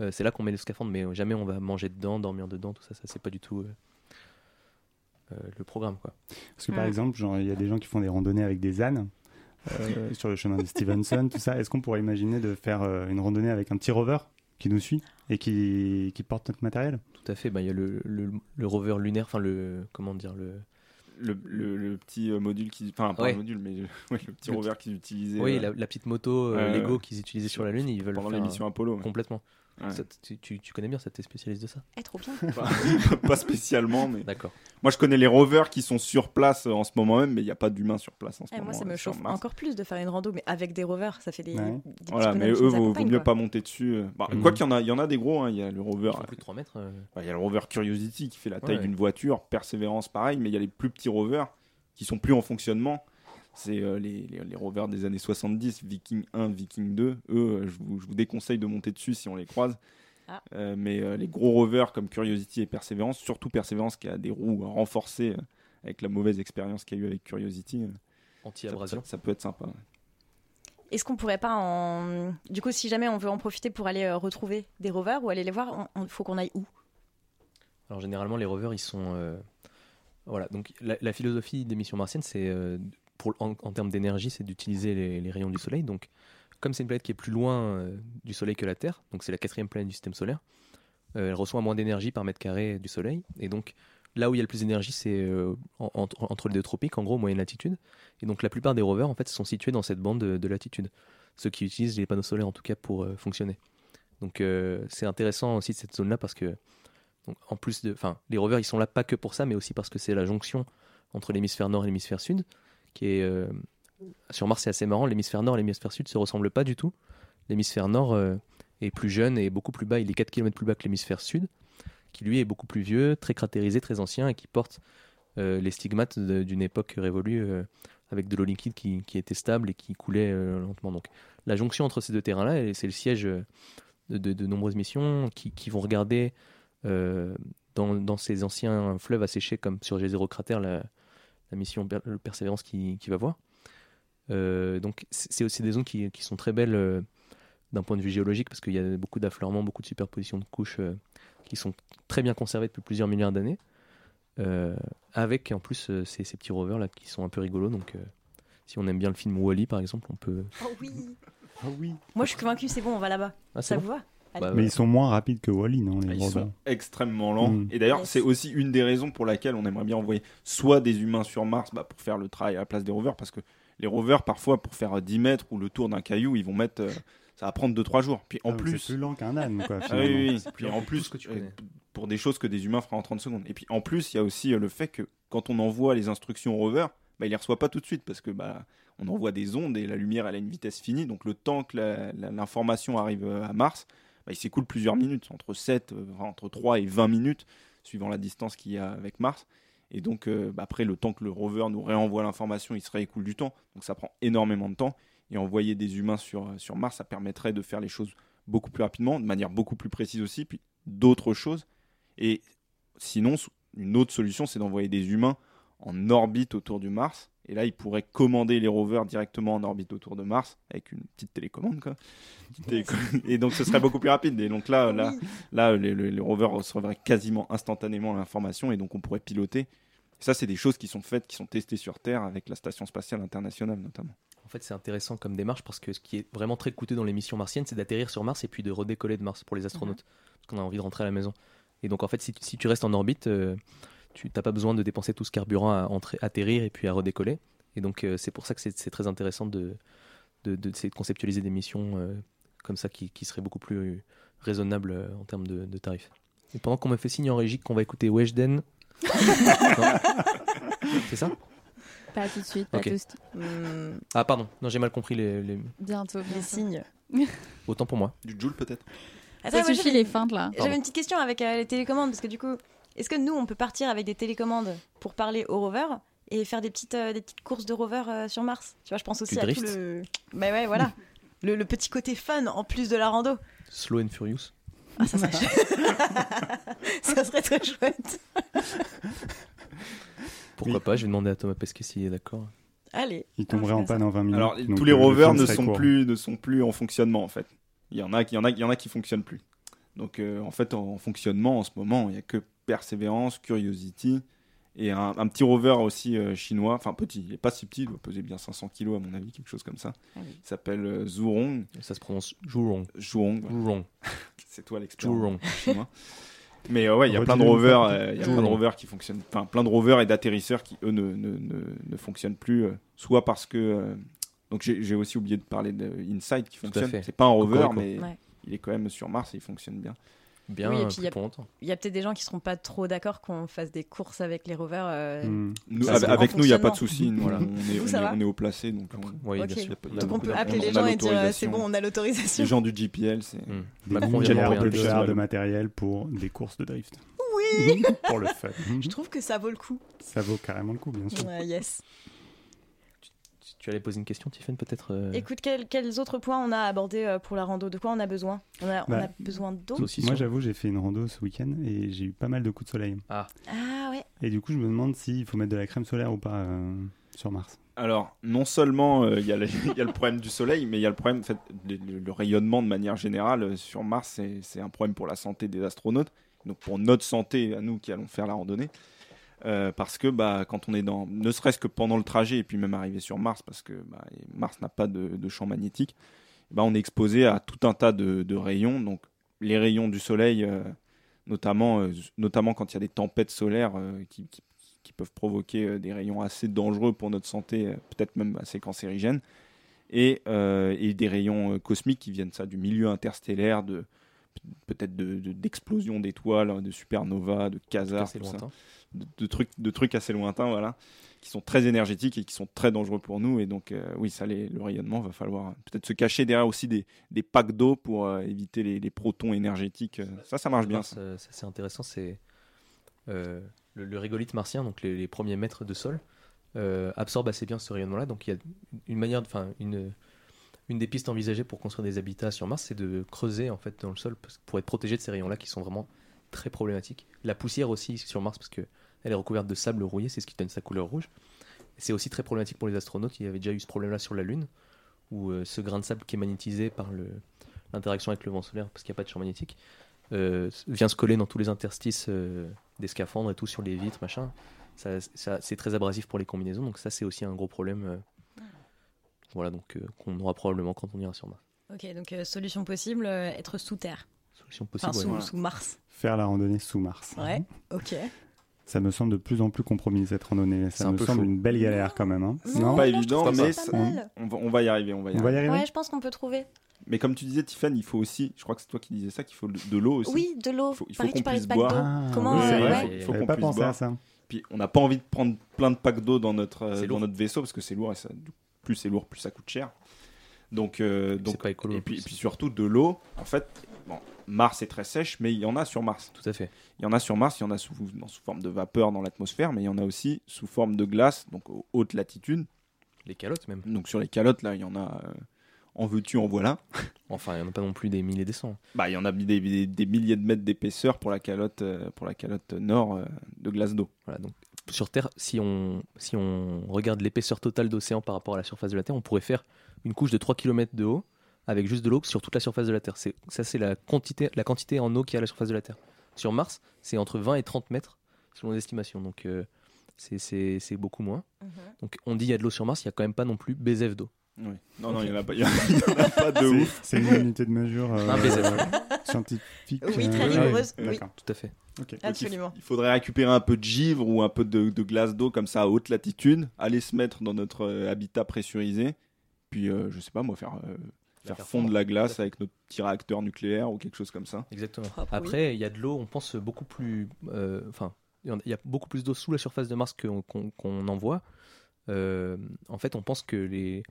S10: euh, c'est là qu'on met le scaphandre, mais euh, jamais on va manger dedans, dormir dedans, tout ça. Ça, c'est pas du tout euh, euh, le programme, quoi.
S3: Parce
S12: Mm.
S3: que par exemple, genre, il y a des gens qui font des randonnées avec des ânes euh, sur le chemin de Stevenson, tout ça. Est-ce qu'on pourrait imaginer de faire euh, une randonnée avec un petit rover qui nous suit et qui, qui porte notre matériel
S10: Tout à fait. bah, Il y a le, le- le rover lunaire, enfin le comment dire le
S11: Le, le- le petit euh, module qui. Enfin, pas
S10: Ouais.
S11: le module, mais euh, ouais, le petit
S10: Le
S11: rover
S10: petit-
S11: qu'ils utilisaient.
S10: Oui,
S11: euh,
S10: la, la petite moto euh,
S11: ouais,
S10: Lego
S11: ouais.
S10: qu'ils utilisaient sur la Lune, ils veulent
S11: Pendant
S10: faire euh,
S11: les missions Apollo, ouais.
S10: Complètement.
S11: Ouais.
S10: Ça, tu, tu- tu connais bien, ça t'es spécialiste de ça.
S12: Eh, trop bien.
S11: Pas- pas spécialement, mais.
S10: D'accord.
S11: Moi, je connais les rovers qui sont sur place euh, en ce moment même, mais il n'y a pas d'humains sur place en ce
S12: Eh,
S11: moment.
S12: moi,
S11: euh,
S12: ça me
S11: sur
S12: chauffe
S11: Mars.
S12: encore plus de faire une rando, mais avec des rovers, ça fait des.
S11: Ouais.
S12: des petits
S11: Voilà, mais
S12: bonhommes qui
S11: eux,
S12: nous
S11: vaut, vaut
S12: accompagnent,
S11: mieux
S12: quoi.
S11: pas monter dessus. euh. Bah,
S10: Mhm.
S11: Quoi qu'il y en a, il y en a des gros. hein, Il y a le rover.
S10: Ils font plus de 3 mètres. euh.
S11: Bah, Il y a le rover Curiosity qui fait la taille
S10: Ouais.
S11: d'une voiture, Perseverance pareil, mais il y a les plus petits rovers qui sont plus en fonctionnement. C'est euh, les, les, les rovers des années 70, Viking 1, Viking 2. Eux, euh, je vous, je vous déconseille de monter dessus si on les croise.
S12: Ah.
S11: Euh, mais euh, les gros rovers comme Curiosity et Perseverance, surtout Perseverance qui a des roues renforcées euh, avec la mauvaise expérience qu'il y a eu avec Curiosity, euh,
S10: Anti-abrasion.
S11: ça, ça peut être sympa. ouais.
S12: Est-ce qu'on pourrait pas en. Du coup, si jamais on veut en profiter pour aller euh, retrouver des rovers ou aller les voir, il faut qu'on aille où
S10: Alors généralement, les rovers, ils sont. euh, Voilà, donc la, la philosophie des missions martiennes, c'est. euh, pour, en, en termes d'énergie, c'est d'utiliser les, les rayons du soleil. Donc, comme c'est une planète qui est plus loin euh, du soleil que la Terre, donc c'est la quatrième planète du système solaire, euh, elle reçoit moins d'énergie par mètre carré du soleil. Et donc, là où il y a le plus d'énergie, c'est euh, en- entre, entre les deux tropiques, en gros, moyenne latitude. Et donc, la plupart des rovers, en fait, sont situés dans cette bande de, de latitude. Ceux qui utilisent les panneaux solaires, en tout cas, pour euh, fonctionner. Donc, euh, c'est intéressant aussi de cette zone-là parce que. Donc, en plus de, enfin, les rovers, ils sont là pas que pour ça, mais aussi parce que c'est la jonction entre l'hémisphère nord et l'hémisphère sud, qui est euh, sur Mars, c'est assez marrant. L'hémisphère nord et l'hémisphère sud se ressemblent pas du tout. L'hémisphère nord euh, est plus jeune et beaucoup plus bas. Il est 4 km plus bas que l'hémisphère sud, qui lui est beaucoup plus vieux, très cratérisé, très ancien et qui porte euh, les stigmates de- d'une époque révolue euh, avec de l'eau liquide qui, qui était stable et qui coulait euh, lentement. Donc la jonction entre ces deux terrains-là, elle- c'est le siège euh, de, de- de nombreuses missions qui, qui vont regarder euh, dans, dans ces anciens fleuves asséchés comme sur G0 Cratère, la, la mission Per- le Persévérance qui, qui va voir. Euh, donc c'est c'est aussi des zones qui, qui sont très belles euh, d'un point de vue géologique parce qu'il y a beaucoup d'affleurements, beaucoup de superpositions de couches euh, qui sont très bien conservées depuis plusieurs milliards d'années. Euh, avec en plus euh, ces, ces petits rovers là qui sont un peu rigolos. Donc euh, si on aime bien le film Wally par exemple, on peut.
S12: Oh oui
S3: Ah oui
S12: Moi, je suis convaincue, c'est bon, on va là-bas.
S10: Ah, c'est
S12: Ça
S10: bon
S12: vous va Allez.
S3: Mais ils sont moins rapides que Wally, non les
S11: Ils
S3: robots.
S11: sont extrêmement lents.
S3: Mm.
S11: Et d'ailleurs,
S12: Yes.
S11: c'est aussi une des raisons pour laquelle on aimerait bien envoyer soit des humains sur Mars bah, pour faire le travail à la place des rovers, parce que les rovers, parfois, pour faire euh, 10 mètres ou le tour d'un caillou, ils vont mettre. euh, ça va prendre 2-3 jours. Puis en
S3: Ah, mais
S11: plus.
S3: c'est plus lent qu'un âne, quoi,
S11: Ah oui, oui,
S3: finalement.
S11: oui.
S3: C'est plus
S11: Puis
S3: lent
S11: en
S3: que tout
S11: plus,
S3: ce que tu
S11: euh,
S3: connais.
S11: pour des choses que des humains feront en 30 secondes. Et puis en plus, il y a aussi euh, le fait que quand on envoie les instructions au rover, bah, il les reçoit pas tout de suite parce que bah, on envoie des ondes et la lumière elle a une vitesse finie. Donc le temps que la- la- l'information arrive euh, à Mars, bah, il s'écoule plusieurs minutes, entre 7, euh, enfin, entre 3 et 20 minutes, suivant la distance qu'il y a avec Mars. Et donc euh, bah, après, le temps que le rover nous réenvoie l'information, il se réécoule du temps. Donc ça prend énormément de temps. Et envoyer des humains sur, euh, sur Mars, ça permettrait de faire les choses beaucoup plus rapidement, de manière beaucoup plus précise aussi, puis d'autres choses. Et sinon, sou- une autre solution, c'est d'envoyer des humains en orbite autour du Mars. Et là, ils pourraient commander les rovers directement en orbite autour de Mars avec une petite télécommande, quoi. Petite téléco- Et donc, ce serait beaucoup plus rapide. Et donc là, là, là, les, les- les rovers recevraient quasiment instantanément l'information, et donc on pourrait piloter. Et ça, c'est des choses qui sont faites, qui sont testées sur Terre avec la Station spatiale internationale, notamment.
S10: En fait, c'est intéressant comme démarche parce que ce qui est vraiment très coûteux dans les missions martiennes, c'est d'atterrir sur Mars et puis de redécoller de Mars pour les astronautes. Parce qu'on a envie de rentrer à la maison. Et donc, en fait, si tu, si tu restes en orbite, euh, tu n'as pas besoin de dépenser tout ce carburant à entrer- atterrir et puis à redécoller. Et donc, euh, c'est pour ça que c'est c'est très intéressant de, de, de- d'essayer de conceptualiser des missions euh, comme ça qui, qui seraient beaucoup plus raisonnables euh, en termes de, de tarifs. Et pendant qu'on me fait signe en régie qu'on va écouter Weshden. Non. c'est ça
S9: Pas tout de suite, pas
S10: Ok.
S9: tout de suite.
S12: Mm,
S10: Ah, pardon, non, j'ai mal compris les- les...
S9: Bientôt, bientôt.
S12: Les signes.
S10: Autant pour moi.
S11: Du Joule peut-être
S12: Attends,
S9: Ça
S12: moi,
S9: suffit
S12: j'avais-
S9: les feintes là.
S12: J'avais une petite question avec euh, les télécommandes, parce que du coup, est-ce que nous, on peut partir avec des télécommandes pour parler au rover et faire des petites, euh, des petites courses de rover euh, sur Mars Tu vois, je pense aussi à tout
S10: drifts
S12: le... Bah ouais, voilà. le, le petit côté fun en plus de la rando.
S10: Slow and Furious.
S12: Ah, ça serait Ça serait très chouette.
S10: Pourquoi pas Je vais demander à Thomas Pesquet s'il est d'accord.
S12: Allez.
S3: Ils tomberaient en panne en 20 minutes.
S11: Alors,
S3: Mhm. donc euh,
S11: tous les
S3: le
S11: rovers
S3: film
S11: ne
S3: serait
S11: sont
S3: court.
S11: plus, ne sont plus en fonctionnement en fait. Il y en a, qui- il y en a, il y en a qui fonctionnent plus. Donc euh, en fait, en, en fonctionnement en ce moment, il y a que Perseverance, Curiosity et un, un petit rover aussi euh, chinois. Enfin petit, il est pas si petit, il doit peser bien 500 kilos à mon avis, quelque chose comme ça.
S10: Ah oui.
S11: Il s'appelle euh, Zhurong.
S10: Ça se prononce Zhurong.
S11: Zhurong. voilà.
S10: Zhurong.
S11: C'est toi l'expert.
S10: Zhurong.
S11: chinois. Mais euh, ouais, il y a
S10: Redis-le
S11: plein de
S10: une fois.
S11: rovers, euh, il y a plein de
S10: Zhurong.
S11: rovers qui fonctionnent, enfin plein de rovers et d'atterrisseurs qui eux ne, ne, ne, ne fonctionnent plus, euh, soit parce que euh, donc j'ai j'ai aussi oublié de parler de Inside qui
S10: Tout à
S11: fonctionne.
S10: fait.
S11: C'est pas un rover,
S10: Cocorico.
S11: mais
S12: Ouais.
S11: il est quand même sur Mars et il fonctionne bien.
S10: Bien,
S12: Oui, et
S10: euh,
S12: puis il y
S10: plus
S12: a-
S10: pour longtemps.
S12: Il y a peut-être des gens qui seront pas trop d'accord qu'on fasse des courses avec les rovers. euh,
S11: Nous,
S12: Ça,
S11: avec
S12: c'est
S11: avec
S12: en
S11: nous, il n'y a pas
S12: fonctionnement.
S11: de souci. nous, voilà, on, est,
S12: Vous,
S11: on,
S12: ça
S11: est,
S12: va
S11: on est au placé, donc on,
S10: Oui,
S12: Ok.
S10: bien sûr.
S11: Il y a-
S12: Donc on peut
S11: on-
S12: appeler
S11: on
S12: les
S11: a
S12: gens et dire euh,
S11: l'autorisation.
S12: c'est bon, on a l'autorisation.
S11: les gens du GPL, c'est
S3: Des
S10: Hmm. Macron vient
S3: milliards
S10: d'envoyer
S3: de
S10: un petit
S3: dollars de
S10: signal.
S3: matériel pour des courses de drift.
S12: Oui
S3: pour le fun. Hmm.
S12: Je trouve que ça vaut le coup.
S3: Ça vaut carrément le coup, bien sûr.
S12: Ouais, yes.
S10: Tu- Tu allais poser une question, Tiffany, peut-être euh,
S12: Écoute, quel- quels autres points on a abordés euh, pour la rando De quoi on a besoin on a, on
S3: Bah,
S12: a besoin d'eau
S10: saucisson.
S3: Moi, j'avoue, j'ai fait une rando ce week-end et j'ai eu pas mal de coups de soleil.
S10: Ah,
S12: Ah ouais.
S3: Et du coup, je me demande s'il faut mettre de la crème solaire ou pas euh, sur Mars.
S11: Alors, non seulement euh, il y, a le- il y a le problème du soleil, mais il y a le problème, en fait, le, le- le rayonnement de manière générale euh, sur Mars, c'est- c'est un problème pour la santé des astronautes, donc pour notre santé à nous qui allons faire la randonnée. Euh, parce que bah, quand on est dans, ne serait-ce que pendant le trajet et puis même arrivé sur Mars, parce que bah, et Mars n'a pas de, de champ magnétique, bah, on est exposé à tout un tas de, de rayons. Donc les rayons du soleil, euh, notamment, euh, notamment quand il y a des tempêtes solaires euh, qui, qui- qui peuvent provoquer euh, des rayons assez dangereux pour notre santé, euh, peut-être même assez cancérigènes, et, euh, et des rayons euh, cosmiques qui viennent ça du milieu interstellaire, de peut-être de- de- d'explosions d'étoiles, hein, de supernovas, de
S10: ça,
S11: quasars,
S10: c'est
S11: tout ça
S10: lointain.
S11: de, de trucs, de trucs assez lointains, voilà, qui sont très énergétiques et qui sont très dangereux pour nous. Et donc, euh, oui, ça, les- le rayonnement, va falloir euh, peut-être se cacher derrière aussi des, des packs d'eau pour euh, éviter les, les protons énergétiques. Euh, Ça, ça marche bien.
S10: Mars,
S11: ça.
S10: euh, ça, c'est intéressant, c'est euh, le, le régolithe martien, donc les, les premiers mètres de sol, euh, absorbe assez bien ce rayonnement-là. Donc il y a une manière, de- enfin une une des pistes envisagées pour construire des habitats sur Mars, c'est de creuser en fait dans le sol parce- pour être protégé de ces rayons-là qui sont vraiment très problématiques. La poussière aussi sur Mars parce que elle est recouverte de sable rouillé, c'est ce qui donne sa couleur rouge. C'est aussi très problématique pour les astronautes. Il y avait déjà eu ce problème-là sur la Lune, où euh, ce grain de sable qui est magnétisé par le- l'interaction avec le vent solaire, parce qu'il n'y a pas de champ magnétique, euh, vient se coller dans tous les interstices euh, des scaphandres et tout sur les vitres, machin. Ça, ça- c'est très abrasif pour les combinaisons, donc ça c'est aussi un gros problème. euh, voilà, donc euh, qu'on aura probablement quand on ira sur Mars.
S12: Ok, donc euh, solution possible, euh, être sous terre.
S10: description possible.
S12: Enfin, sous-
S10: ouais.
S12: sous Mars.
S3: Faire la randonnée sous Mars.
S12: Ouais, ok.
S3: Ça me semble de plus en plus compromis cette randonnée. Ça
S10: un
S3: me
S10: peu
S3: semble
S10: chaud.
S3: une belle galère quand même. hein.
S11: C'est pas évident,
S3: C'est pas
S11: mais
S3: ça.
S11: ça- on, va, on va y arriver. On va y
S3: On
S11: arriver.
S3: va y arriver.
S12: Ouais, je pense qu'on peut trouver.
S11: Mais comme tu disais, Tiffany, il faut aussi, je crois que c'est toi qui disais ça, qu'il faut de, de l'eau aussi.
S12: Oui, de l'eau.
S11: Il faut, il faut
S12: Pareil,
S11: qu'on
S12: tu parlais
S11: puisse
S12: de paquebot.
S11: boire.
S12: Comment,
S11: Oui,
S12: euh,
S11: c'est vrai,
S12: ouais.
S11: il faut- il faut
S3: J'avais
S11: qu'on
S3: pas
S11: puisse
S3: pensé
S11: boire.
S3: à ça.
S11: Puis on n'a pas envie de prendre plein de packs d'eau dans notre euh,
S10: C'est
S11: dans
S10: lourd.
S11: notre vaisseau parce que c'est lourd et ça, plus c'est lourd, plus ça coûte cher. Donc euh, donc et puis, et puis surtout de l'eau. En fait, bon, Mars est très sèche, mais il y en a sur Mars.
S10: Tout à fait.
S11: Il y en a sur Mars, il y en a sous, dans- sous forme de vapeur dans l'atmosphère, mais il y en a aussi sous forme de glace, donc aux hautes latitudes.
S10: Les calottes même.
S11: Donc sur les calottes là, il y en a. euh, en veux-tu, en voilà.
S10: Enfin, il n'y en a pas non plus des milliers des cents. hein.
S11: Bah, il y en a des, des- des milliers de mètres d'épaisseur pour la calotte, euh, pour la calotte nord euh, de glace d'eau.
S10: Voilà, donc sur Terre, si on, si on regarde l'épaisseur totale d'océan par rapport à la surface de la Terre, on pourrait faire une couche de 3 km de haut avec juste de l'eau sur toute la surface de la Terre. C'est, ça, c'est la quantité, la quantité en eau qu'il y a à la surface de la Terre. Sur Mars, c'est entre 20 et 30 mètres selon les estimations. Donc, euh, c'est, c'est, c'est beaucoup moins.
S11: Mhm.
S10: Donc, on dit il y a de l'eau sur Mars, il n'y a quand même pas non plus BZF d'eau.
S11: Oui. Non, non, il y en a pas- il y en a pas de
S3: C'est-
S11: ouf.
S3: C'est une unité de mesure euh,
S10: Un BZF.
S3: scientifique.
S12: Oui,
S3: euh,
S12: très rigoureuse, oui.
S3: D'accord.
S10: Tout à fait.
S3: Ok.
S11: Donc, il f-
S12: Absolument.
S11: Il, faudrait récupérer un peu de givre ou un peu de, de glace d'eau comme ça à haute latitude, aller se mettre dans notre euh, habitat pressurisé, puis euh, je sais pas moi faire euh,
S10: La
S11: faire
S10: faire
S11: fondre
S10: fondre.
S11: la glace avec notre petit réacteur nucléaire ou quelque chose comme ça.
S10: Exactement.
S11: Propre,
S10: Après, il y a de l'eau, on pense beaucoup plus. euh, Enfin, il y en- il y a beaucoup plus d'eau sous la surface de Mars qu'on qu'on- qu'on en voit. Euh, en fait, on pense que les.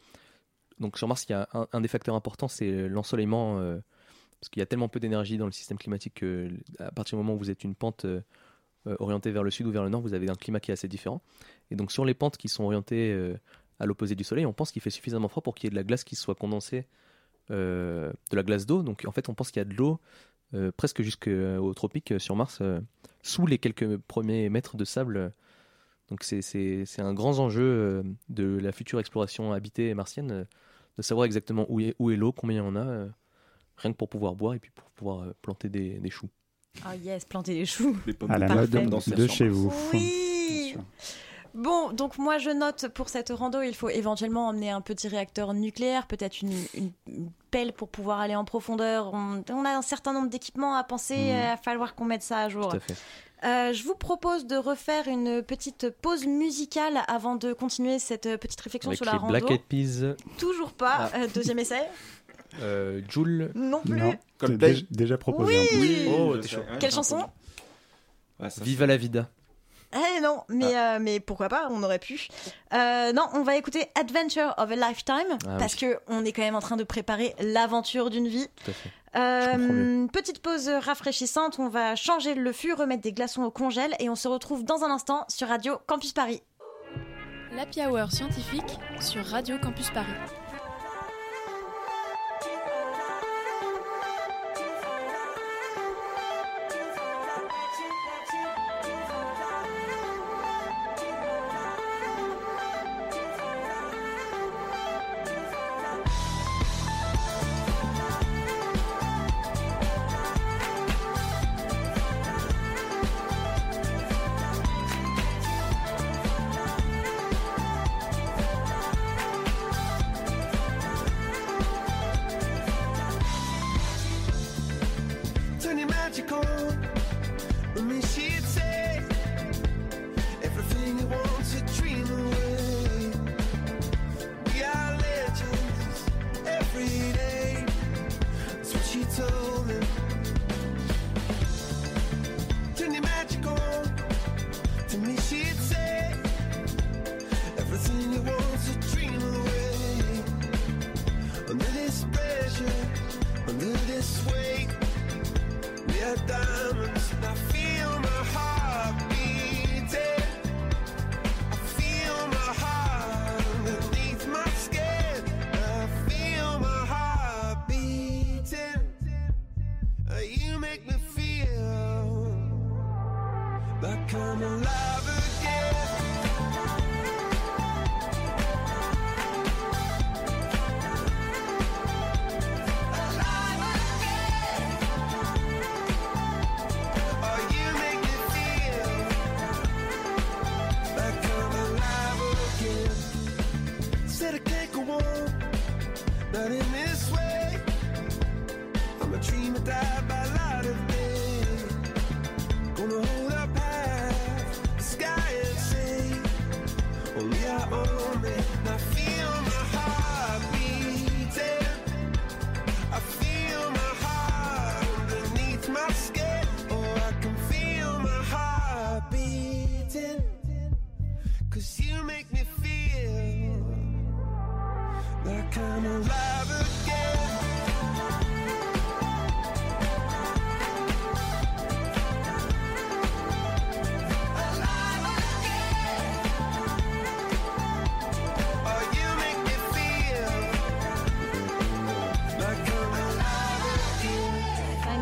S10: Donc, sur Mars, il y a un, un des facteurs importants, c'est l'ensoleillement. euh, parce qu'il y a tellement peu d'énergie dans le système climatique que, à partir du moment où vous êtes une pente euh, euh, orientée vers le sud ou vers le nord, vous avez un climat qui est assez différent. Et donc, sur les pentes qui sont orientées euh, à l'opposé du soleil, on pense qu'il fait suffisamment froid pour qu'il y ait de la glace qui soit condensée, euh, de la glace d'eau. Donc, en fait, on pense qu'il y a de l'eau euh, presque jusqu'au tropique euh, sur Mars, euh, sous les quelques premiers mètres de sable. Donc c'est- c'est c'est un grand enjeu euh, de la future exploration habitée martienne, euh, de savoir exactement où est, où est l'eau, combien il y en a, euh, rien que pour pouvoir boire et puis pour pouvoir euh, planter des, des choux.
S12: Ah yes, planter les choux.
S11: Des pommes
S3: À la
S12: Parfait.
S3: mode de chez vous.
S12: Oui. Bon, donc moi je note pour cette rando, il faut éventuellement emmener un petit réacteur nucléaire, peut-être une, une- une pelle pour pouvoir aller en profondeur. On, on a un certain nombre d'équipements à penser, il va falloir qu'on mette ça à jour.
S10: Tout à fait.
S12: Euh, je vous propose de refaire une petite pause musicale avant de continuer cette petite réflexion
S10: Avec
S12: sur la
S10: les
S12: rando.
S10: Black Eyed Peas,
S12: Toujours pas.
S10: Ah.
S12: Euh, deuxième essai
S10: euh, Joule.
S12: Non plus.
S3: T'as dé- déjà proposé hein.
S12: Oui.
S3: un peu.
S10: Oh,
S11: je
S10: t'es
S11: sais.
S10: chaud.
S11: Ouais,
S12: Quelle
S11: j'ai
S12: chanson
S10: Viva la vida.
S12: Eh non, mais, euh, mais pourquoi pas, on aurait pu. Euh, non, on va écouter Adventure of a Lifetime,
S10: Ah
S12: parce que on est quand même en train de préparer l'aventure d'une vie.
S10: Tout à fait.
S12: Euh,
S10: comprends mieux.
S12: petite pause rafraîchissante, on va changer le fût, remettre des glaçons au congèle, et on se retrouve dans un instant sur Radio Campus Paris.
S7: L'Happy Hour scientifique sur Radio Campus Paris.
S5: turn it magical. Me, she'd say, everything you want to dream away. We are legends every day. That's what she told me. Turn it magical. To me, she'd say, everything you want to dream away. Under this pressure, under this weight. We are diamonds, and I feel my heart beating. I feel my heart underneath my skin. I feel my heart beating. Uh, You make me feel like I'm alive again. Oh, you make me feel like I'm alive again. Said I can't go on, not in this way. I'm a dreamer, die by light
S1: FM
S5: Oh,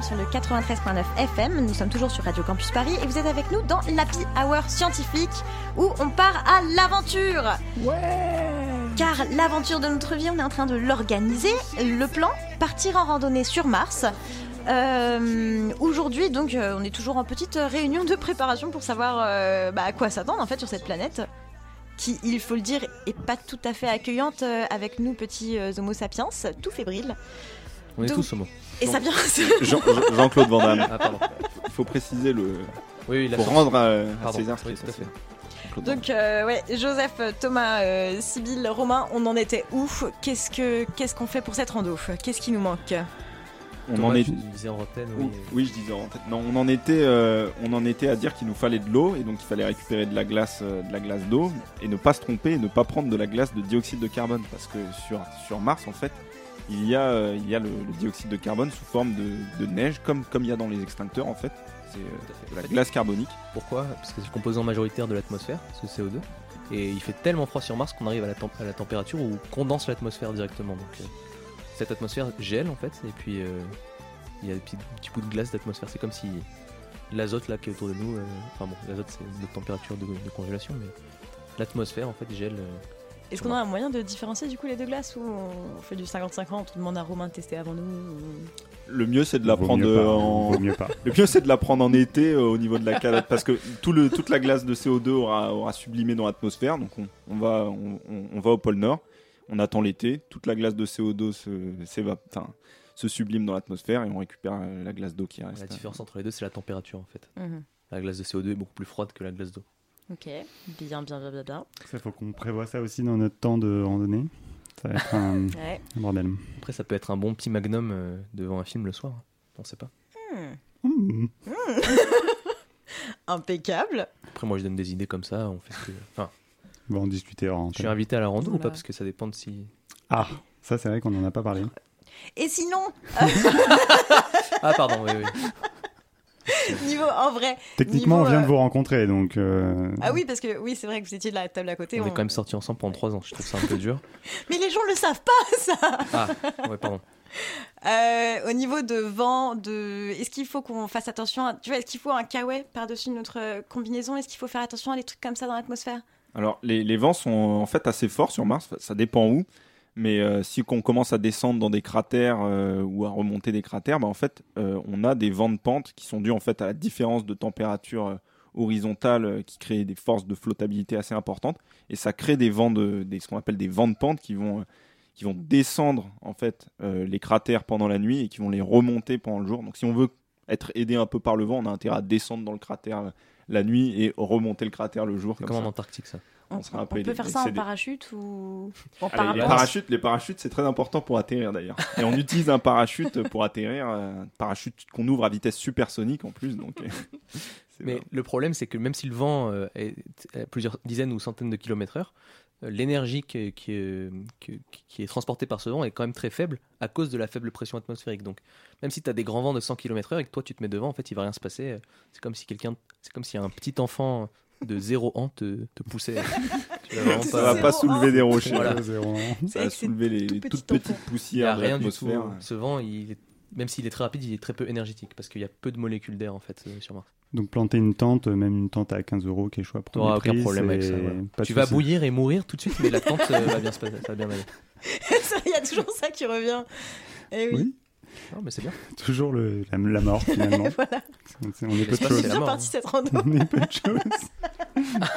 S1: sur le 93.9 FM. Nous sommes toujours sur Radio Campus Paris et vous êtes avec nous dans l'Happy Hour scientifique où on part à l'aventure. Car l'aventure de notre vie, on est en train de l'organiser. Le plan, partir en randonnée sur Mars. Euh, Aujourd'hui, donc, euh, on est toujours en petite réunion de préparation pour savoir euh, bah, à quoi s'attendre en fait sur cette planète qui, il faut le dire, est pas tout à fait accueillante euh, avec nous petits euh, Homo sapiens, tout fébrile.
S10: On est
S1: Donc-
S10: tous homo.
S1: Et
S10: Donc-
S1: sapiens.
S11: Jean- Jean- Jean-Claude Van Damme.
S10: Ah, pardon.
S11: Il faut préciser le.
S10: Oui, oui, la
S11: Pour
S10: source.
S11: rendre à, à
S10: Pardon.
S11: César ce
S10: Oui,
S11: qui est
S10: tout à fait.
S11: Claude Van Damme.
S1: Donc euh, ouais, Joseph, Thomas, euh, Sybille, Romain, on en était ouf. Qu'est-ce que qu'est-ce qu'on fait pour cette rando Qu'est-ce qui nous manque
S11: On
S10: Thomas,
S11: en est.
S10: tu disais en antenne, oui.
S11: Oui, oui, je disais en tête. Non, on en était, euh, on en était à dire qu'il nous fallait de l'eau et donc il fallait récupérer de la glace, euh, de la glace d'eau et ne pas se tromper et ne pas prendre de la glace de dioxyde de carbone parce que sur sur Mars en fait il y a euh, il y a le, le dioxyde de carbone sous forme de, de neige comme comme il y a dans les extincteurs en fait. C'est euh, de la glace carbonique.
S10: Pourquoi Parce que c'est le composant majoritaire de l'atmosphère, ce CO2. Et il fait tellement froid sur Mars qu'on arrive à la, temp- à la température où on condense l'atmosphère directement. Donc euh, cette atmosphère gèle en fait, et puis euh, il y a des petits, petits bouts de glace d'atmosphère. C'est comme si l'azote là qui est autour de nous, euh, enfin bon, l'azote c'est notre température de, de congélation, mais l'atmosphère en fait gèle. euh,
S12: Est-ce qu'on a un moyen de différencier du coup les deux glaces ou on fait du 55 ans, on te demande à Romain de tester avant nous ou-
S11: Le mieux c'est de la
S3: Vaut
S11: prendre
S3: mieux pas,
S11: euh, en
S3: vaut mieux pas.
S11: Le mieux c'est de la prendre en été euh, au niveau de la calotte parce que tout le, toute la glace de CO2 aura, aura sublimé dans l'atmosphère donc on, on va on, on- on va au pôle Nord, on attend l'été, toute la glace de CO2 se s'éva- enfin, se sublime dans l'atmosphère et on récupère euh, la glace d'eau qui reste.
S10: La différence entre les deux c'est la température en fait.
S12: Mhm.
S10: La glace de CO2 est beaucoup plus froide que la glace d'eau.
S12: Ok, bien, bien, bien, bien, bien.
S3: Ça, faut qu'on prévoie ça aussi dans notre temps de randonnée. Ça va être un,
S12: Ouais.
S3: un bordel.
S10: Après ça peut être un bon petit magnum euh, devant un film le soir, hein. on sait pas.
S12: Hmm.
S3: Mmh.
S12: Hmm. Impeccable.
S10: Après, moi, je donne des idées comme ça. On fait ce que. Enfin,
S3: On va en discuter hors antenne.
S10: je suis invité à la rando ou
S12: Voilà.
S10: pas Parce que ça dépend de si.
S3: Ah, ça c'est vrai qu'on n'en a pas parlé.
S1: Et sinon,
S10: Ah, pardon, oui, oui.
S12: niveau en vrai.
S3: Techniquement,
S12: niveau,
S3: on vient de
S12: euh,
S3: vous rencontrer, donc euh,
S12: Ah oui, parce que oui, c'est vrai que vous étiez de la table à côté.
S10: On est
S12: on-
S10: quand même sortis ensemble pendant 3 ans. Je trouve ça un peu dur.
S12: Mais les gens le savent pas, ça.
S10: Ah, ouais, pardon.
S12: Euh, au niveau de vent, de... est-ce qu'il faut qu'on fasse attention à... Tu vois, est-ce qu'il faut un kawaii par-dessus notre euh, combinaison Est-ce qu'il faut faire attention à des trucs comme ça dans l'atmosphère
S11: Alors, les, les vents sont euh, en fait assez forts sur Mars, ça dépend où. Mais euh, si on commence à descendre dans des cratères euh, ou à remonter des cratères, bah, en fait, euh, on a des vents de pente qui sont dus en fait à la différence de température euh, horizontale euh, qui crée des forces de flottabilité assez importantes. Et ça crée des vents de, des, ce qu'on appelle des vents de pente qui vont, euh, qui vont descendre en fait euh, les cratères pendant la nuit et qui vont les remonter pendant le jour. Donc, si on veut être aidé un peu par le vent, on a intérêt à descendre dans le cratère euh, la nuit et remonter le cratère le jour.
S10: C'est
S11: Comme
S10: comme en
S11: ça.
S10: Antarctique, ça.
S11: On sera un peu
S12: peut
S11: aidé,
S12: faire
S11: mais
S12: ça
S11: c'est
S12: en
S11: des-
S12: parachute ou
S11: Ah,
S12: en
S11: les,
S12: parapente
S11: parachutes, les parachutes, c'est très important pour atterrir d'ailleurs. Et on utilise un parachute pour atterrir, euh, un parachute qu'on ouvre à vitesse supersonique en plus. Donc, euh, c'est
S10: Mais
S11: vrai.
S10: le problème, c'est que même si le vent euh, est à plusieurs dizaines ou centaines de kilomètres heure, euh, l'énergie qui, qui, euh, qui- qui est transportée par ce vent est quand même très faible à cause de la faible pression atmosphérique. Donc, même si tu as des grands vents de 100 km heure et que toi tu te mets devant, en fait, il va rien se passer. Euh, C'est comme si quelqu'un, c'est comme si un petit enfant de 0 ans te, te poussait. Tu vas vraiment
S11: ça va pas soulever des rochers. hein.
S10: Voilà.
S11: Ça va soulever les
S12: tout petit
S11: toutes
S12: tampon.
S11: petites
S10: Il n'y a
S11: poussières de
S10: rien du tout. hein.
S11: l'atmosphère.
S10: Ce vent, il est- même s'il est très rapide, il est très peu énergétique parce qu'il y a peu de molécules d'air en fait euh, sur Mars.
S3: donc planter une tente, euh, même une tente à 15 euros, qui est choix
S10: Tu n'auras
S3: premier
S10: aucun
S3: prix,
S10: problème avec
S3: c'est
S10: ça. voilà.
S3: pas de
S10: Tu vas
S3: souci.
S10: bouillir et mourir tout de suite, mais la tente euh, va bien se passer, ça va bien aller.
S12: Il y a toujours ça qui revient. Eh oui.
S3: Oui.
S10: Non, mais c'est bien.
S3: Toujours le, la, la mort finalement.
S12: Voilà.
S3: C'est- On est peu de
S10: L'espace,
S3: choses.
S10: c'est la
S12: Bien
S10: mort,
S12: parti
S10: hein.
S12: cette rando.
S3: On est peu de choses.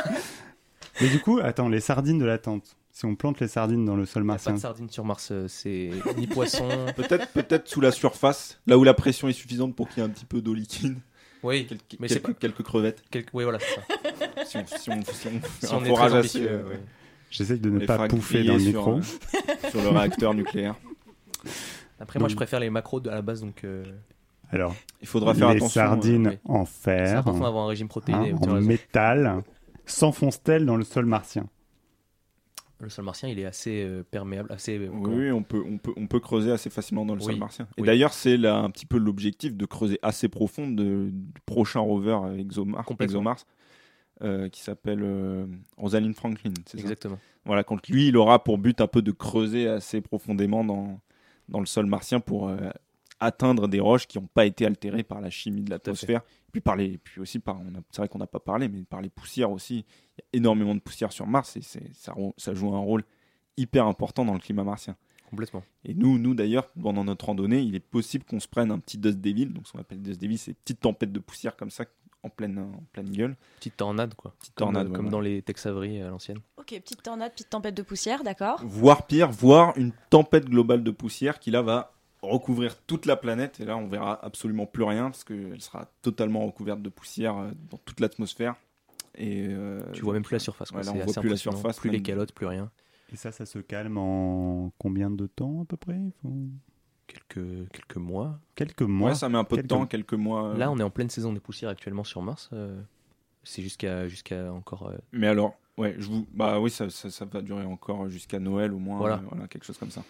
S3: Mais du coup, attends, les sardines de la tente. Si on plante les sardines dans le sol
S10: Il n'y a pas
S3: martien,
S10: de sardines sur Mars, euh, c'est ni poisson.
S11: Peut-être peut-être sous la surface, là où la pression est suffisante pour qu'il y ait un petit peu d'eau liquide.
S10: Oui,
S11: Quel-
S10: mais c'est
S11: quelques,
S10: pas.
S11: quelques crevettes.
S10: quel- Oui, voilà. c'est ça.
S11: Si on, si on- si on fait
S10: Si
S11: un
S10: on est
S11: forage
S10: très
S11: assez,
S10: ambitieux,
S11: euh,
S10: ouais.
S3: j'essaie de
S11: on
S3: ne
S11: les
S3: pas
S11: fera
S3: pouffer
S11: griller
S3: dans le
S11: sur,
S3: micro.
S11: euh, sur le réacteur nucléaire.
S10: Après, moi,
S3: Donc-
S10: je préfère les macros de- à la base, donc euh,
S3: Alors,
S11: Il faudra faire
S3: les
S11: attention. euh,
S3: sardines
S10: oui.
S3: en
S10: c'est
S3: fer,
S10: important d'avoir un régime protéiné.
S11: Ah,
S3: hein,
S10: tu as
S3: en
S10: raison.
S3: métal, s'enfoncent-elles dans le sol martien
S10: Le sol martien, il est assez euh, perméable, assez. euh,
S11: Oui,
S10: comment-
S11: oui, on peut, on, peut, on peut creuser assez facilement dans le sol
S10: Oui.
S11: martien. Et
S10: Oui.
S11: d'ailleurs, c'est là un petit peu l'objectif de creuser assez profond de, du prochain rover euh, ExoMars,
S10: Complètement.
S11: ExoMars, euh, qui s'appelle euh, Rosalind Franklin. c'est ça
S10: Exactement.
S11: Voilà, quand lui, il aura pour but un peu de creuser assez profondément dans, dans le sol martien pour euh, atteindre des roches qui n'ont pas été altérées par la chimie de l'atmosphère. Puis, par les, puis aussi, par, on a- c'est vrai qu'on n'a pas parlé, mais par les poussières aussi. Il y a énormément de poussières sur Mars et c'est- ça, rou- ça joue un rôle hyper important dans le climat martien.
S10: Complètement.
S11: Et nous, nous d'ailleurs, pendant notre randonnée, il est possible qu'on se prenne un petit dust devil. Donc, ce qu'on appelle dust devil, c'est une petite tempête de poussière comme ça, en pleine, en pleine gueule.
S10: Petite tornade, quoi.
S11: Petite
S10: Comme-
S11: tornade,
S10: Comme,
S11: ouais,
S10: dans les Texavri à l'ancienne.
S12: Ok, petite tornade, petite tempête de poussière, d'accord.
S11: voire pire, voire une tempête globale de poussière qui là va recouvrir toute la planète et là on verra absolument plus rien parce qu'elle sera totalement recouverte de poussière euh, dans toute l'atmosphère. Et euh,
S10: Tu vois même plus la surface, quoi.
S11: ouais, là,
S10: C'est
S11: on
S10: assez
S11: voit plus la
S10: impressionnant.
S11: surface,
S10: Plus les
S11: même-
S10: calottes, plus rien.
S3: Et ça, ça se calme en combien de temps à peu près Il faut-
S10: Quelques, quelques mois.
S3: Quelques mois. Quelques-
S11: mois. euh.
S10: Là, on est en pleine saison des poussières actuellement sur Mars. euh, c'est jusqu'à jusqu'à encore. euh,
S11: Mais alors, ouais, je vous, bah oui, ça, ça- ça va durer encore jusqu'à Noël au moins,
S10: Voilà.
S11: euh, voilà, quelque chose comme ça.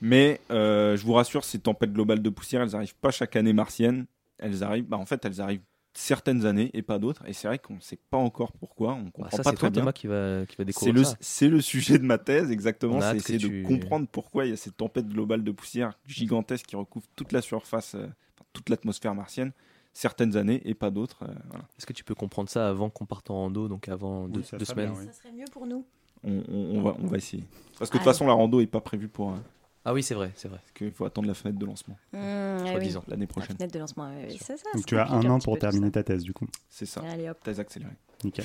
S11: Mais euh, je vous rassure, ces tempêtes globales de poussière, elles arrivent pas chaque année martienne. Elles arrivent, bah en fait, elles arrivent certaines années et pas d'autres. Et c'est vrai qu'on ne sait pas encore pourquoi. On comprend
S10: Bah, Ah, ça,
S11: pas
S10: c'est
S11: très
S10: toi,
S11: bien.
S10: Thomas, qui va- qui va découvrir
S11: C'est le,
S10: ça.
S11: c'est le sujet de ma thèse, exactement.
S10: On a
S11: C'est
S10: hâte
S11: essayer
S10: que tu-
S11: de comprendre pourquoi il y a cette tempête globale de poussière gigantesque qui recouvre toute la surface, euh, enfin, toute l'atmosphère martienne, certaines années et pas d'autres. euh, voilà.
S10: Est-ce que tu peux comprendre ça avant qu'on parte en rando, donc avant deux,
S11: ça
S10: deux
S11: serait bien,
S10: semaines
S11: oui.
S12: Ça serait mieux pour nous.
S11: On, on- on va, on va essayer. Parce que de toute
S12: Allez.
S11: façon, la rando n'est pas prévue pour. euh,
S10: ah oui, c'est vrai, c'est vrai.
S11: Parce qu'il faut attendre la fenêtre de lancement.
S12: Mmh, eh oui.
S11: Soi-disant, L'année
S12: La
S11: prochaine.
S12: fenêtre de lancement, ouais, ouais, c'est ça.
S3: Donc
S12: ça
S3: tu as
S12: complique
S3: un an
S12: petit
S3: pour
S12: peu tout
S3: terminer ta thèse, du coup.
S11: C'est ça.
S12: Allez, hop.
S11: Thèse accélérée.
S3: Nickel.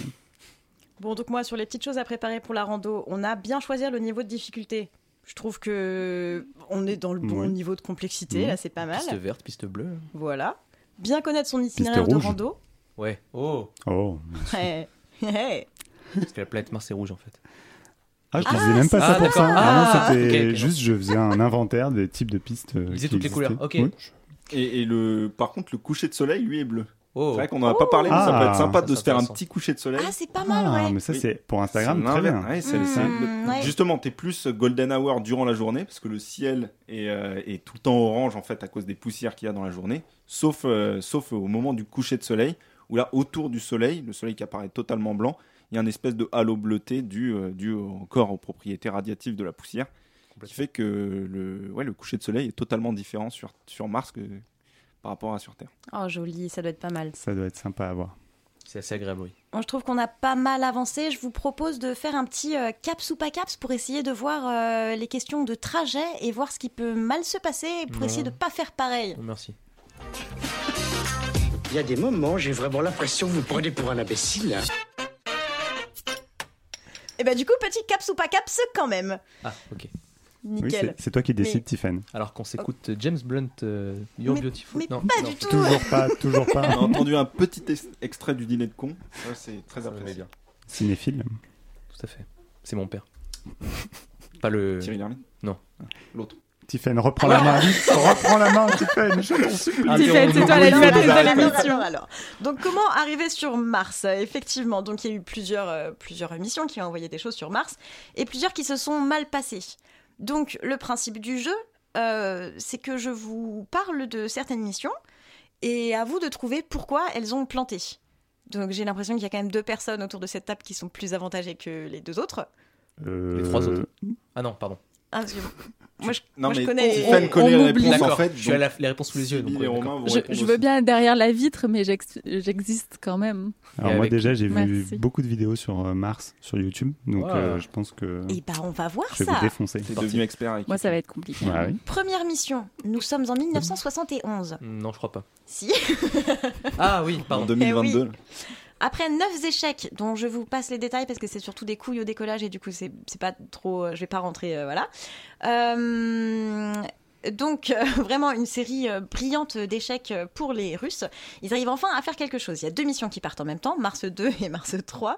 S12: Bon, donc moi, sur les petites choses à préparer pour la rando, on a bien choisi le niveau de difficulté. Je trouve que on est dans le bon
S10: Oui.
S12: niveau de complexité,
S10: Mmh.
S12: là, c'est pas mal.
S10: Piste verte, piste bleue.
S12: Voilà. Bien connaître son itinéraire de
S10: rouge.
S12: rando.
S10: Ouais. Oh
S3: Oh
S12: Ouais. Ouais.
S10: Parce que la planète Mars est rouge en fait.
S3: Ah, je
S10: Ah,
S3: disais même pas ça
S10: ah,
S3: pour ça.
S10: d'accord.
S3: Ah, non,
S10: Ah,
S3: c'était
S10: ok, ok,
S3: juste, je faisais un inventaire des types de pistes. euh,
S10: Il disait
S3: qui
S10: toutes les
S3: existaient.
S10: couleurs, ok.
S3: Oui.
S11: Et, et le, par contre, le coucher de soleil, lui, est bleu.
S10: Oh.
S11: C'est vrai qu'on n'en a pas parlé, mais ça
S3: Ah.
S11: peut être sympa
S3: Ça,
S11: de
S3: c'est
S11: se faire un
S3: intéressant.
S11: petit coucher de soleil.
S12: Ah, c'est pas
S3: mal, Ah, ouais. mais ça, c'est pour Instagram,
S11: C'est
S3: très
S11: l'inverse.
S3: bien.
S11: Ouais, c'est-
S3: Mm,
S11: c'est le-
S12: ouais.
S11: Justement, t'es plus golden hour durant la journée, parce que le ciel est, euh, est tout le temps orange, en fait, à cause des poussières qu'il y a dans la journée, sauf, euh, sauf au moment du coucher de soleil, où là, autour du soleil, le soleil qui apparaît totalement blanc, il y a une espèce de halo bleuté dû, euh, dû encore aux propriétés radiatives de la poussière, qui fait que le, ouais, le coucher de soleil est totalement différent sur, sur Mars que par rapport à sur Terre.
S12: Oh, joli, ça doit être pas mal.
S3: Ça doit être sympa à voir.
S10: C'est assez agréable, oui.
S12: Bon, je trouve qu'on a pas mal avancé. Je vous propose de faire un petit euh, caps ou pas caps pour essayer de voir euh, les questions de trajet et voir ce qui peut mal se passer et pour
S10: Ouais.
S12: essayer de pas faire pareil.
S10: Oh, Merci.
S13: Il y a des moments, j'ai vraiment l'impression que vous prenez pour un imbécile.
S12: Et bah du coup, petit caps ou pas caps quand même.
S10: Ah, ok.
S3: Oui,
S12: Nickel.
S3: c'est c'est toi qui décides, Tiffany.
S10: Alors qu'on s'écoute euh, James Blunt, euh, You're
S12: Oh. Mais-
S10: Beautiful.
S12: mais pas du tout. Toujours
S3: pas, toujours pas.
S11: On a entendu un petit es- extrait du dîner de con. Ça, c'est très apprécié.
S3: Cinéphile.
S10: Tout à fait. C'est mon père. pas le.
S11: Thierry Lhermitte
S10: Non.
S11: L'autre.
S3: Tiffany, reprends la main. vite, reprends la main, Tiffany. Je t'en supplie.
S10: Ah,
S12: Ah Alors, alors, alors. Donc, comment arriver sur Mars Euh, Effectivement, donc il y a eu plusieurs, euh, plusieurs missions qui ont envoyé des choses sur Mars et plusieurs qui se sont mal passées. Donc, le principe du jeu, euh, c'est que je vous parle de certaines missions et à vous de trouver pourquoi elles ont planté. Donc, j'ai l'impression qu'il y a quand même deux personnes autour de cette table qui sont plus avantagées que les deux autres.
S3: Euh,
S10: Les trois autres. Ah non, pardon.
S12: Ah, parce que moi, je,
S11: Non,
S12: moi, je
S11: mais
S12: connais.
S11: Tiffany connaît les réponses,
S10: D'accord,
S11: en fait,
S10: Je suis
S11: donc
S10: à la, les réponses sous les yeux. Donc,
S11: Sybille et
S10: ouais,
S11: Romain
S10: d'accord.
S9: Je, je veux bien être derrière la vitre, mais j'ex- j'existe quand même.
S3: Alors moi déjà j'ai vu
S9: Merci.
S3: beaucoup de vidéos sur euh, Mars sur YouTube donc
S9: Voilà.
S3: euh, je pense que
S12: Et bah, on va voir
S3: je vais
S12: ça.
S3: vous défoncer.
S11: Ah. T'es devenu expert avec
S9: Moi, ça va être compliqué.
S3: Ouais, oui.
S12: Première mission, nous sommes en 1971.
S10: Non, je crois pas.
S12: Si.
S10: Ah oui, pardon.
S11: En 2022.
S12: Eh oui. Après neuf échecs, dont je vous passe les détails parce que c'est surtout des couilles au décollage et du coup c'est c'est pas trop, euh, je vais pas rentrer, euh, voilà. Euh, donc euh, vraiment une série euh, brillante d'échecs euh, pour les Russes. Ils arrivent enfin à faire quelque chose. Il y a deux missions qui partent en même temps, Mars 2 et Mars 3.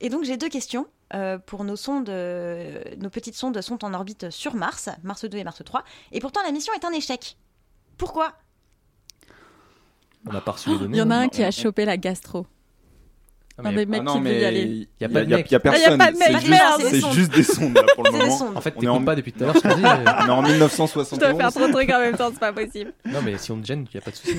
S12: Et donc j'ai deux questions. euh, pour nos sondes, euh, nos petites sondes sont en orbite sur Mars, Mars 2 et Mars 3, et pourtant la mission est un échec. Pourquoi
S10: On n'a pas reçu les données.
S9: Oh, Il y en a un qui a chopé la gastro.
S10: Ah, mais
S9: Un
S10: y a-
S9: des mecs
S10: ah,
S9: qui
S10: non,
S9: veut y
S10: mais
S9: aller. Ah,
S10: Il n'y a pas de mec.
S11: Il y a personne.
S9: pas de mec,
S11: c'est juste-
S9: merde.
S11: C'est juste des sondes là pour le
S9: C'est des
S11: moment.
S9: sondes.
S10: En fait,
S11: on est en
S10: t'écoutes pas depuis tout à l'heure, je te dis, euh.
S11: On est en
S9: Je dois faire
S11: 1971.
S9: trop de trucs en même temps, c'est pas possible.
S10: Non, mais si on te gêne, il n'y a pas de souci.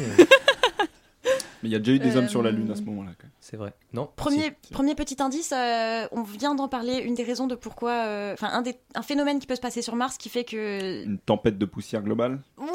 S11: Mais il y a déjà eu des hommes sur la
S10: Euh,
S11: Lune à ce moment-là. quand même.
S10: C'est vrai. Non.
S12: Premier, premier petit indice, euh, on vient d'en parler, une des raisons de pourquoi, euh, enfin un, des- un phénomène qui peut se passer sur Mars qui fait que...
S11: Une tempête de poussière globale.
S12: Oui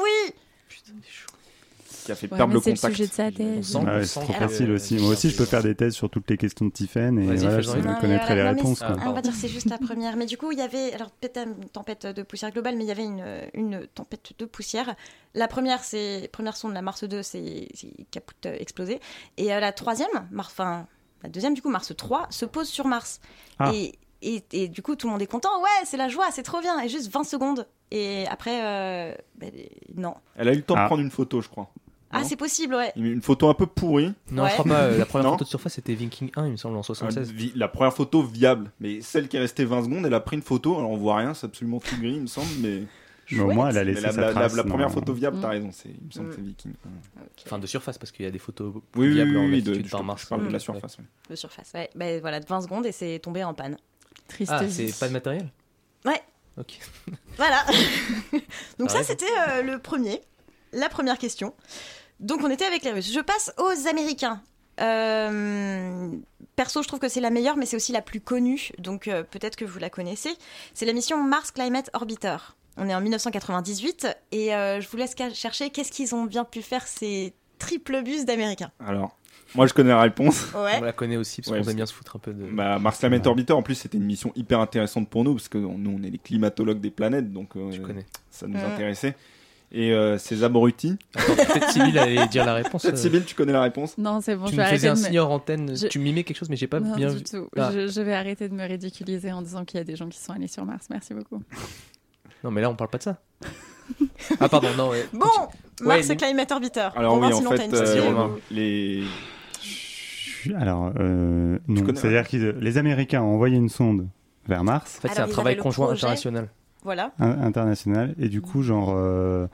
S11: Qui a fait
S9: Ouais,
S11: perdre
S9: mais
S11: le
S9: c'est le
S11: contact.
S9: sujet de sa thèse.
S11: On sent-
S9: Ouais,
S11: on
S9: c'est
S11: sent
S9: trop
S11: que-
S12: Ah,
S3: facile aussi. Moi aussi, je peux faire des thèses sur toutes les questions de Tiffen et
S10: Vas-y,
S3: voilà,
S10: fais-en
S3: je
S10: une.
S3: connaîtrais
S10: Non,
S3: les
S12: Voilà, non, mais
S3: réponses.
S10: Ah.
S12: c'est-
S3: quoi.
S12: On va dire c'est juste la première. Mais du coup, il y avait, alors peut-être une tempête de poussière globale, mais il y avait une, une tempête de poussière. La première, c'est première sonde, la Mars 2, c'est c'est caput euh, explosé. Et euh, la troisième, Mar- enfin la deuxième du coup, Mars 3, se pose sur Mars.
S14: Ah.
S12: Et, et, et du coup, tout le monde est content. Ouais, c'est la joie, c'est trop bien. Et juste 20 secondes. Et après, euh, ben, non.
S11: Elle a eu le temps
S10: Ah.
S11: de prendre une photo, je crois.
S12: Ah, c'est possible, ouais.
S11: Une une photo un peu pourrie.
S10: Non, je crois pas. euh, La première photo de surface, c'était Vinking 1, il me semble, en 76.
S11: Euh, Vi- La première photo viable, mais celle qui est restée 20 secondes, elle a pris une photo, alors on voit rien, c'est absolument tout gris, il me semble, mais.
S3: Mais au moins, elle a laissé
S11: Mais la,
S3: sa
S11: la- la-
S3: trace
S11: la
S3: dans-
S11: première photo viable, t'as
S3: Mm.
S11: raison, c'est, il me semble que c'est Viking.
S10: Enfin, de surface, parce qu'il y a des photos
S11: Oui, oui,
S10: viables
S11: oui,
S10: en
S11: oui, de-
S10: altitude
S11: je
S10: par
S11: te-
S10: Mars.
S11: je parle de la
S10: Ouais.
S11: surface, ouais.
S12: De surface, ouais. Ben voilà, 20 secondes et c'est tombé en panne.
S10: Ah, c'est pas de matériel
S12: Ouais.
S10: Ok.
S12: Voilà. Donc
S10: T'as
S12: ça,
S10: raison.
S12: c'était euh, le premier, la première question. Donc on était avec les Russes. Je passe aux Américains. Euh, perso, je trouve que c'est la meilleure, mais c'est aussi la plus connue, donc euh, peut-être que vous la connaissez. C'est la mission Mars Climate Orbiter. On est en 1998 et euh, je vous laisse ca- chercher qu'est-ce qu'ils ont bien pu faire ces triples bus d'Américains.
S11: Alors, moi je connais la réponse.
S12: Ouais.
S10: On la connaît aussi, parce
S11: Ouais,
S10: qu'on
S11: parce
S10: aime bien se foutre un peu de.
S11: Bah, Mars Climate Orbiter, en plus, c'était une mission hyper intéressante pour nous, parce que on- nous, on est les climatologues des planètes, donc euh, ça nous
S10: Mm.
S11: intéressait. Et euh, ces abrutis.
S10: peut-être Sybille allait dire la réponse,
S11: Peut-être
S10: euh.
S11: Sybille, tu connais la réponse
S9: Non, c'est bon,
S10: tu
S9: je
S10: me
S9: vais arrêter
S10: faisais un
S9: de me-
S10: signe hors antenne,
S9: Je-
S10: tu mimais quelque chose, mais j'ai pas
S9: Non,
S10: bien
S9: du
S10: vu.
S9: tout.
S10: Ah.
S9: Je, je vais arrêter de me ridiculiser en disant qu'il y a des gens qui sont allés sur Mars. Merci beaucoup.
S10: Non, mais là, on parle pas de ça. ah, pardon, non, ouais.
S12: Bon,
S10: Ouais,
S12: Mars
S10: nous-
S12: Climate Orbiter.
S11: Alors,
S12: Romain,
S11: oui,
S12: sinon,
S11: en
S12: t'as
S11: fait,
S12: une
S11: euh,
S12: société
S11: Romain,
S12: où-
S11: les.
S3: Alors, euh, non.
S11: connais-
S3: c'est-à-dire que les Américains ont envoyé une sonde vers Mars.
S10: En fait, c'est
S12: Alors,
S10: un
S12: ils
S10: travail
S12: avaient le
S10: conjoint
S12: projet.
S10: international.
S12: Voilà.
S3: in- international et du coup genre euh,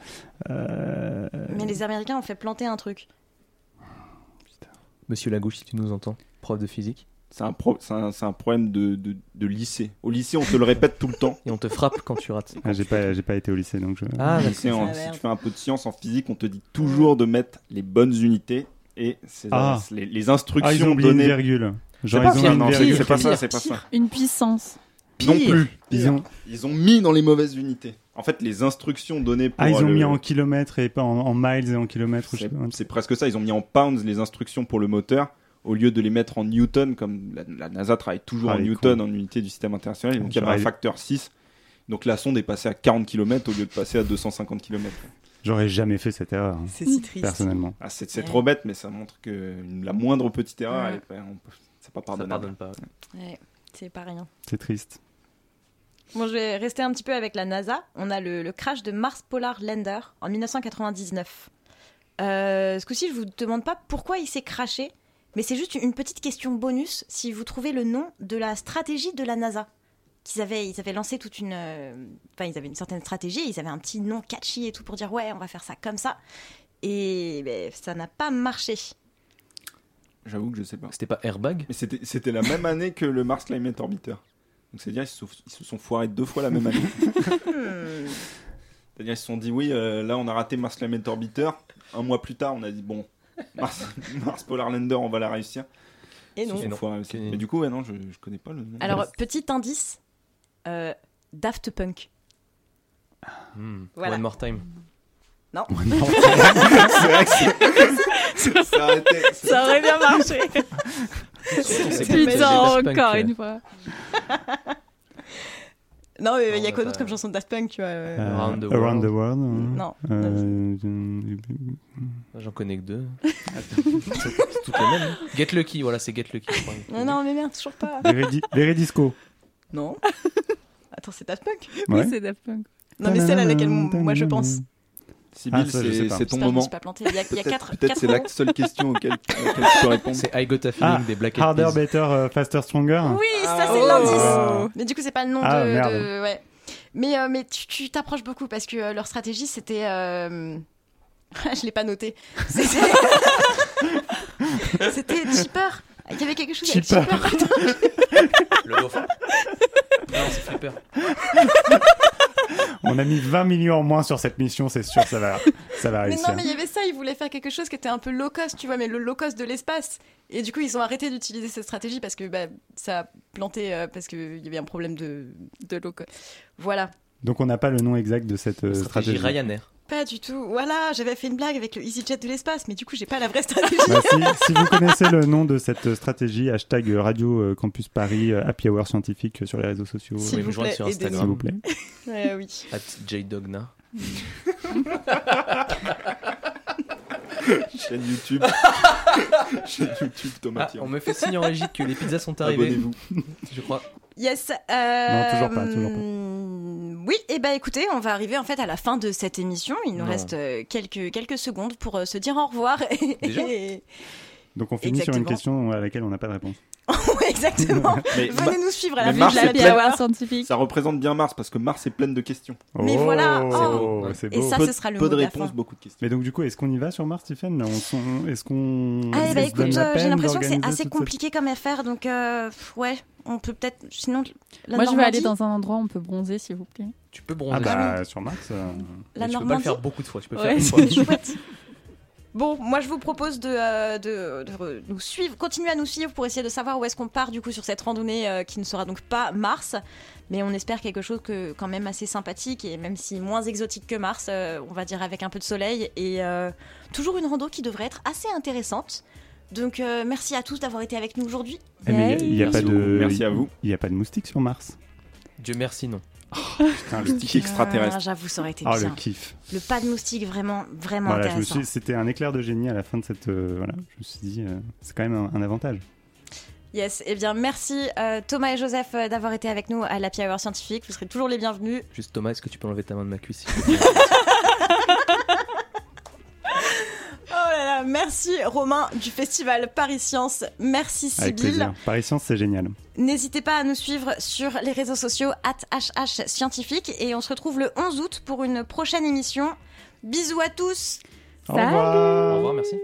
S3: euh,
S12: Mais les Américains ont fait planter un truc.
S10: Monsieur Lagouche, si tu nous entends, prof de physique.
S11: C'est un, pro- c'est un, c'est un problème de, de- de lycée. Au lycée, on te le répète tout le temps.
S10: Et on te frappe quand tu rates.
S3: ah, j'ai pas j'ai pas été au lycée donc je
S11: Au lycée, en-
S10: Ah,
S11: si
S10: merde.
S11: tu fais un peu de science en physique, on te dit toujours de mettre les bonnes unités et c'est-
S3: Ah.
S11: les, les
S3: Ah, ils ont
S11: instructions
S3: oublié une
S11: données.
S3: virgule. Genre,
S11: C'est pas
S3: ils ont
S11: ça,
S3: une
S11: non, c'est-
S3: virgule.
S11: c'est pas ça,
S3: Pire.
S11: c'est pas ça.
S9: Une puissance.
S10: Ah,
S11: Non plus.
S3: Ils ont-
S11: Ils ont mis dans les mauvaises unités. En fait, les instructions données pour
S3: ah ils ont
S11: Oh, le-
S3: mis en kilomètres et pas en, en miles et en kilomètres ou je sais
S11: C'est
S3: pas.
S11: c'est presque ça. Ils ont mis en pounds les instructions pour le moteur au lieu de les mettre en newton, comme la, la NASA travaille toujours
S3: Ah,
S11: en
S3: les
S11: newton, en unité du système international.
S3: Ah,
S11: Donc il
S3: tu
S11: y avait un
S3: aurais-
S11: facteur 6. Donc la sonde est passée à 40 km au lieu de passer à 250 km.
S3: j'aurais jamais fait cette erreur hein,
S11: C'est si triste.
S3: personnellement
S11: Ah, c'est c'est trop bête, mais ça montre que une- la moindre petite erreur,
S12: Ouais.
S11: elle est pas- on peut- c'est pas pardonnable.
S12: Ouais, c'est pas rien.
S3: c'est triste
S12: Bon, je vais rester un petit peu avec la NASA. On a le, le crash de Mars Polar Lander en 1999. Euh, ce coup-ci, je vous demande pas pourquoi il s'est crashé, mais c'est juste une petite question bonus si vous trouvez le nom de la stratégie de la NASA. Qu'ils avaient, ils avaient lancé toute une. euh, Enfin, ils avaient une certaine stratégie, ils avaient un petit nom catchy et tout pour dire ouais, on va faire ça comme ça. Et ben, ça n'a pas marché.
S11: J'avoue que je sais pas.
S10: C'était pas Airbag
S11: Mais c'était c'était la même année que le Mars Climate Orbiter. Donc c'est-à-dire ils, se sont- ils se sont foirés deux fois la même année.
S10: Hmm.
S11: c'est-à-dire ils se sont dit oui, euh, là on a raté Mars Climate Orbiter. Un mois plus tard, on a dit bon, Mars, Mars Polar Lander, on va la réussir.
S12: Et
S11: Ils se
S12: non.
S11: sont
S12: Et non.
S11: foirés aussi. Mais du coup, ouais, non, je, je connais pas le nom.
S12: Alors, petit indice euh, Daft Punk.
S10: Hmm.
S12: Voilà.
S10: One more time.
S12: Non.
S10: C'est vrai que
S11: c'est- ça aurait été-
S5: Ça aurait bien marché.
S9: Putain, encore une fois.
S12: Non, mais il y
S10: Non,
S12: a
S10: on a
S12: quoi d'autre
S10: pas-
S12: comme chanson de Daft Punk, tu vois euh,
S3: Euh,
S10: Around the
S3: Around
S10: World.
S3: the World hein.
S12: Non.
S3: Euh,
S10: J'en connais que deux. c'est c'est toutes les mêmes. hein. Get Lucky, voilà, c'est Get Lucky. je crois.
S12: Non, non, mais merde, toujours pas.
S3: Veredi- Veredisco
S12: Non. Attends, c'est Daft Punk
S3: Ouais.
S9: c'est Daft Punk.
S12: Non, mais celle à laquelle moi je pense.
S11: Sybille,
S3: Ah, ça, je sais
S11: c'est
S3: pas.
S11: c'est ton
S12: Putain, je me
S11: moment.
S12: suis pas planté. Il y a- il y a
S11: Peut-être-
S12: quatre-
S11: Peut-être
S12: quatre
S11: c'est la
S12: mots.
S11: seule question auquel, auquel tu peux répondre.
S10: C'est I Got a Feeling
S3: ah,
S10: des Black Eyed
S3: Harder,
S10: Peas.
S3: Better, euh, Faster, Stronger
S12: Oui, ça c'est
S3: Oh.
S12: l'indice. Mais du coup, c'est pas le nom
S3: Ah,
S12: de,
S3: merde.
S12: de- ouais. Mais euh, mais tu- tu t'approches beaucoup parce que euh, leur stratégie c'était euh, je l'ai pas noté. C'était C'était cheaper. Il y avait quelque chose avec
S10: Cheaper.
S12: cheaper.
S10: Le dauphin. Non, c'est Flipper.
S3: On a mis 20 millions en moins sur cette mission, c'est sûr, ça va, ça va
S12: Mais
S3: réussir.
S12: non, mais il y avait ça, ils voulaient faire quelque chose qui était un peu low cost, tu vois, mais le low cost de l'espace. Et du coup, ils ont arrêté d'utiliser cette stratégie parce que bah, ça a planté, euh, parce qu'il y avait un problème de, de low cost. Voilà.
S3: Donc on n'a pas le nom exact de cette euh, stratégie.
S10: Stratégie Ryanair.
S1: Pas du tout. Voilà, j'avais fait une blague avec le EasyJet de l'espace, mais du coup, j'ai pas la vraie stratégie.
S3: Bah, si, si vous connaissez le nom de cette stratégie, hashtag Radio euh, Campus Paris, euh, Happy Hour Scientifique euh, sur les réseaux sociaux.
S10: S'il Oui, vous me joindre plaît, sur Instagram. aidez-nous.
S3: S'il vous plaît.
S1: Ouais, oui.
S10: At jdogna.
S11: Chaîne YouTube. Chaîne YouTube Thomas
S10: Ah, on me fait signe en régie que les pizzas sont arrivées.
S11: Abonnez-vous.
S10: Je crois.
S1: Yes. euh,
S10: Non, toujours pas, toujours
S12: mm,
S1: Oui, et
S12: eh
S1: ben écoutez, on va arriver en fait à la fin de cette émission. Il nous
S3: Non.
S1: reste euh, quelques, quelques secondes pour euh, se dire au revoir. et-
S3: Déjà
S1: et-
S3: Donc on finit sur une
S1: Exactement.
S3: question à laquelle on n'a pas de réponse.
S1: Exactement. Venez nous suivre à la
S12: Bah,
S11: mais
S1: fin
S11: Mars
S1: de la
S11: est
S1: Happy
S11: pleine-
S1: Hour.
S11: Ah, Ça représente bien Mars parce que Mars est pleine de questions.
S1: Mais voilà,
S3: Oh,
S1: oh,
S3: c'est
S1: et
S3: beau.
S1: ça, ce Peu- sera le peu mot de de la réponses, fin.
S11: beaucoup de questions.
S3: Mais donc du coup, est-ce qu'on y va sur Mars, Tiffen Là, on s'en- Est-ce qu'on
S1: Ah,
S3: est-ce
S1: bah
S3: qu'on se donne
S1: écoute,
S3: la
S1: euh, j'ai
S3: peine
S1: l'impression que c'est
S3: d'organiser
S1: assez
S3: toute cette-
S1: compliqué comme affaire, donc euh, pff, ouais, on peut peut-être. Sinon, la
S9: Moi, je vais
S1: Normandie-
S9: aller dans un endroit où on peut bronzer, s'il vous plaît.
S10: Tu peux bronzer.
S3: Ah bah sur Mars. euh,
S1: La
S10: tu peux pas le
S1: Normandie
S10: faire beaucoup de fois. Tu peux le
S1: Ouais,
S10: faire
S1: c'est
S10: une fois.
S1: chouette. Bon, moi je vous propose de, euh, de- de re- nous suivre, continuer à nous suivre pour essayer de savoir où est-ce qu'on part du coup sur cette randonnée euh, qui ne sera donc pas Mars, mais on espère quelque chose que, quand même assez sympathique et même si moins exotique que Mars, euh, on va dire avec un peu de soleil et euh, toujours une rando qui devrait être assez intéressante. Donc euh, merci à tous d'avoir été avec nous aujourd'hui.
S3: Eh, mais il n'y a,
S11: Merci
S3: pas de.
S11: beaucoup. Merci à vous.
S3: Il n'y a pas de moustiques sur Mars.
S10: Dieu merci, non.
S11: Putain, le petit extraterrestre.
S1: Ah, J'avoue, ça aurait été
S3: Ah,
S1: bien.
S3: le kiff.
S1: Le pas de moustique, vraiment, vraiment
S3: Voilà, je me
S1: intéressant.
S3: suis- c'était un éclair de génie à la fin de cette. euh, voilà, je me suis dit, euh, c'est quand même un, un avantage.
S1: Yes, eh bien merci euh, Thomas et Joseph euh, d'avoir été avec nous à la Hour Scientifique. Vous serez toujours les bienvenus.
S10: Juste Thomas, est-ce que tu peux enlever ta main de ma cuisse
S1: Oh là là, merci Romain du Festival Paris Science. Merci
S3: Avec
S1: Sybille.
S3: plaisir. Paris Science, c'est génial.
S1: N'hésitez pas à nous suivre sur les réseaux sociaux HH Scientifique et on se retrouve le 11 août pour une prochaine émission. Bisous à tous
S3: Au revoir.
S10: Au revoir, merci.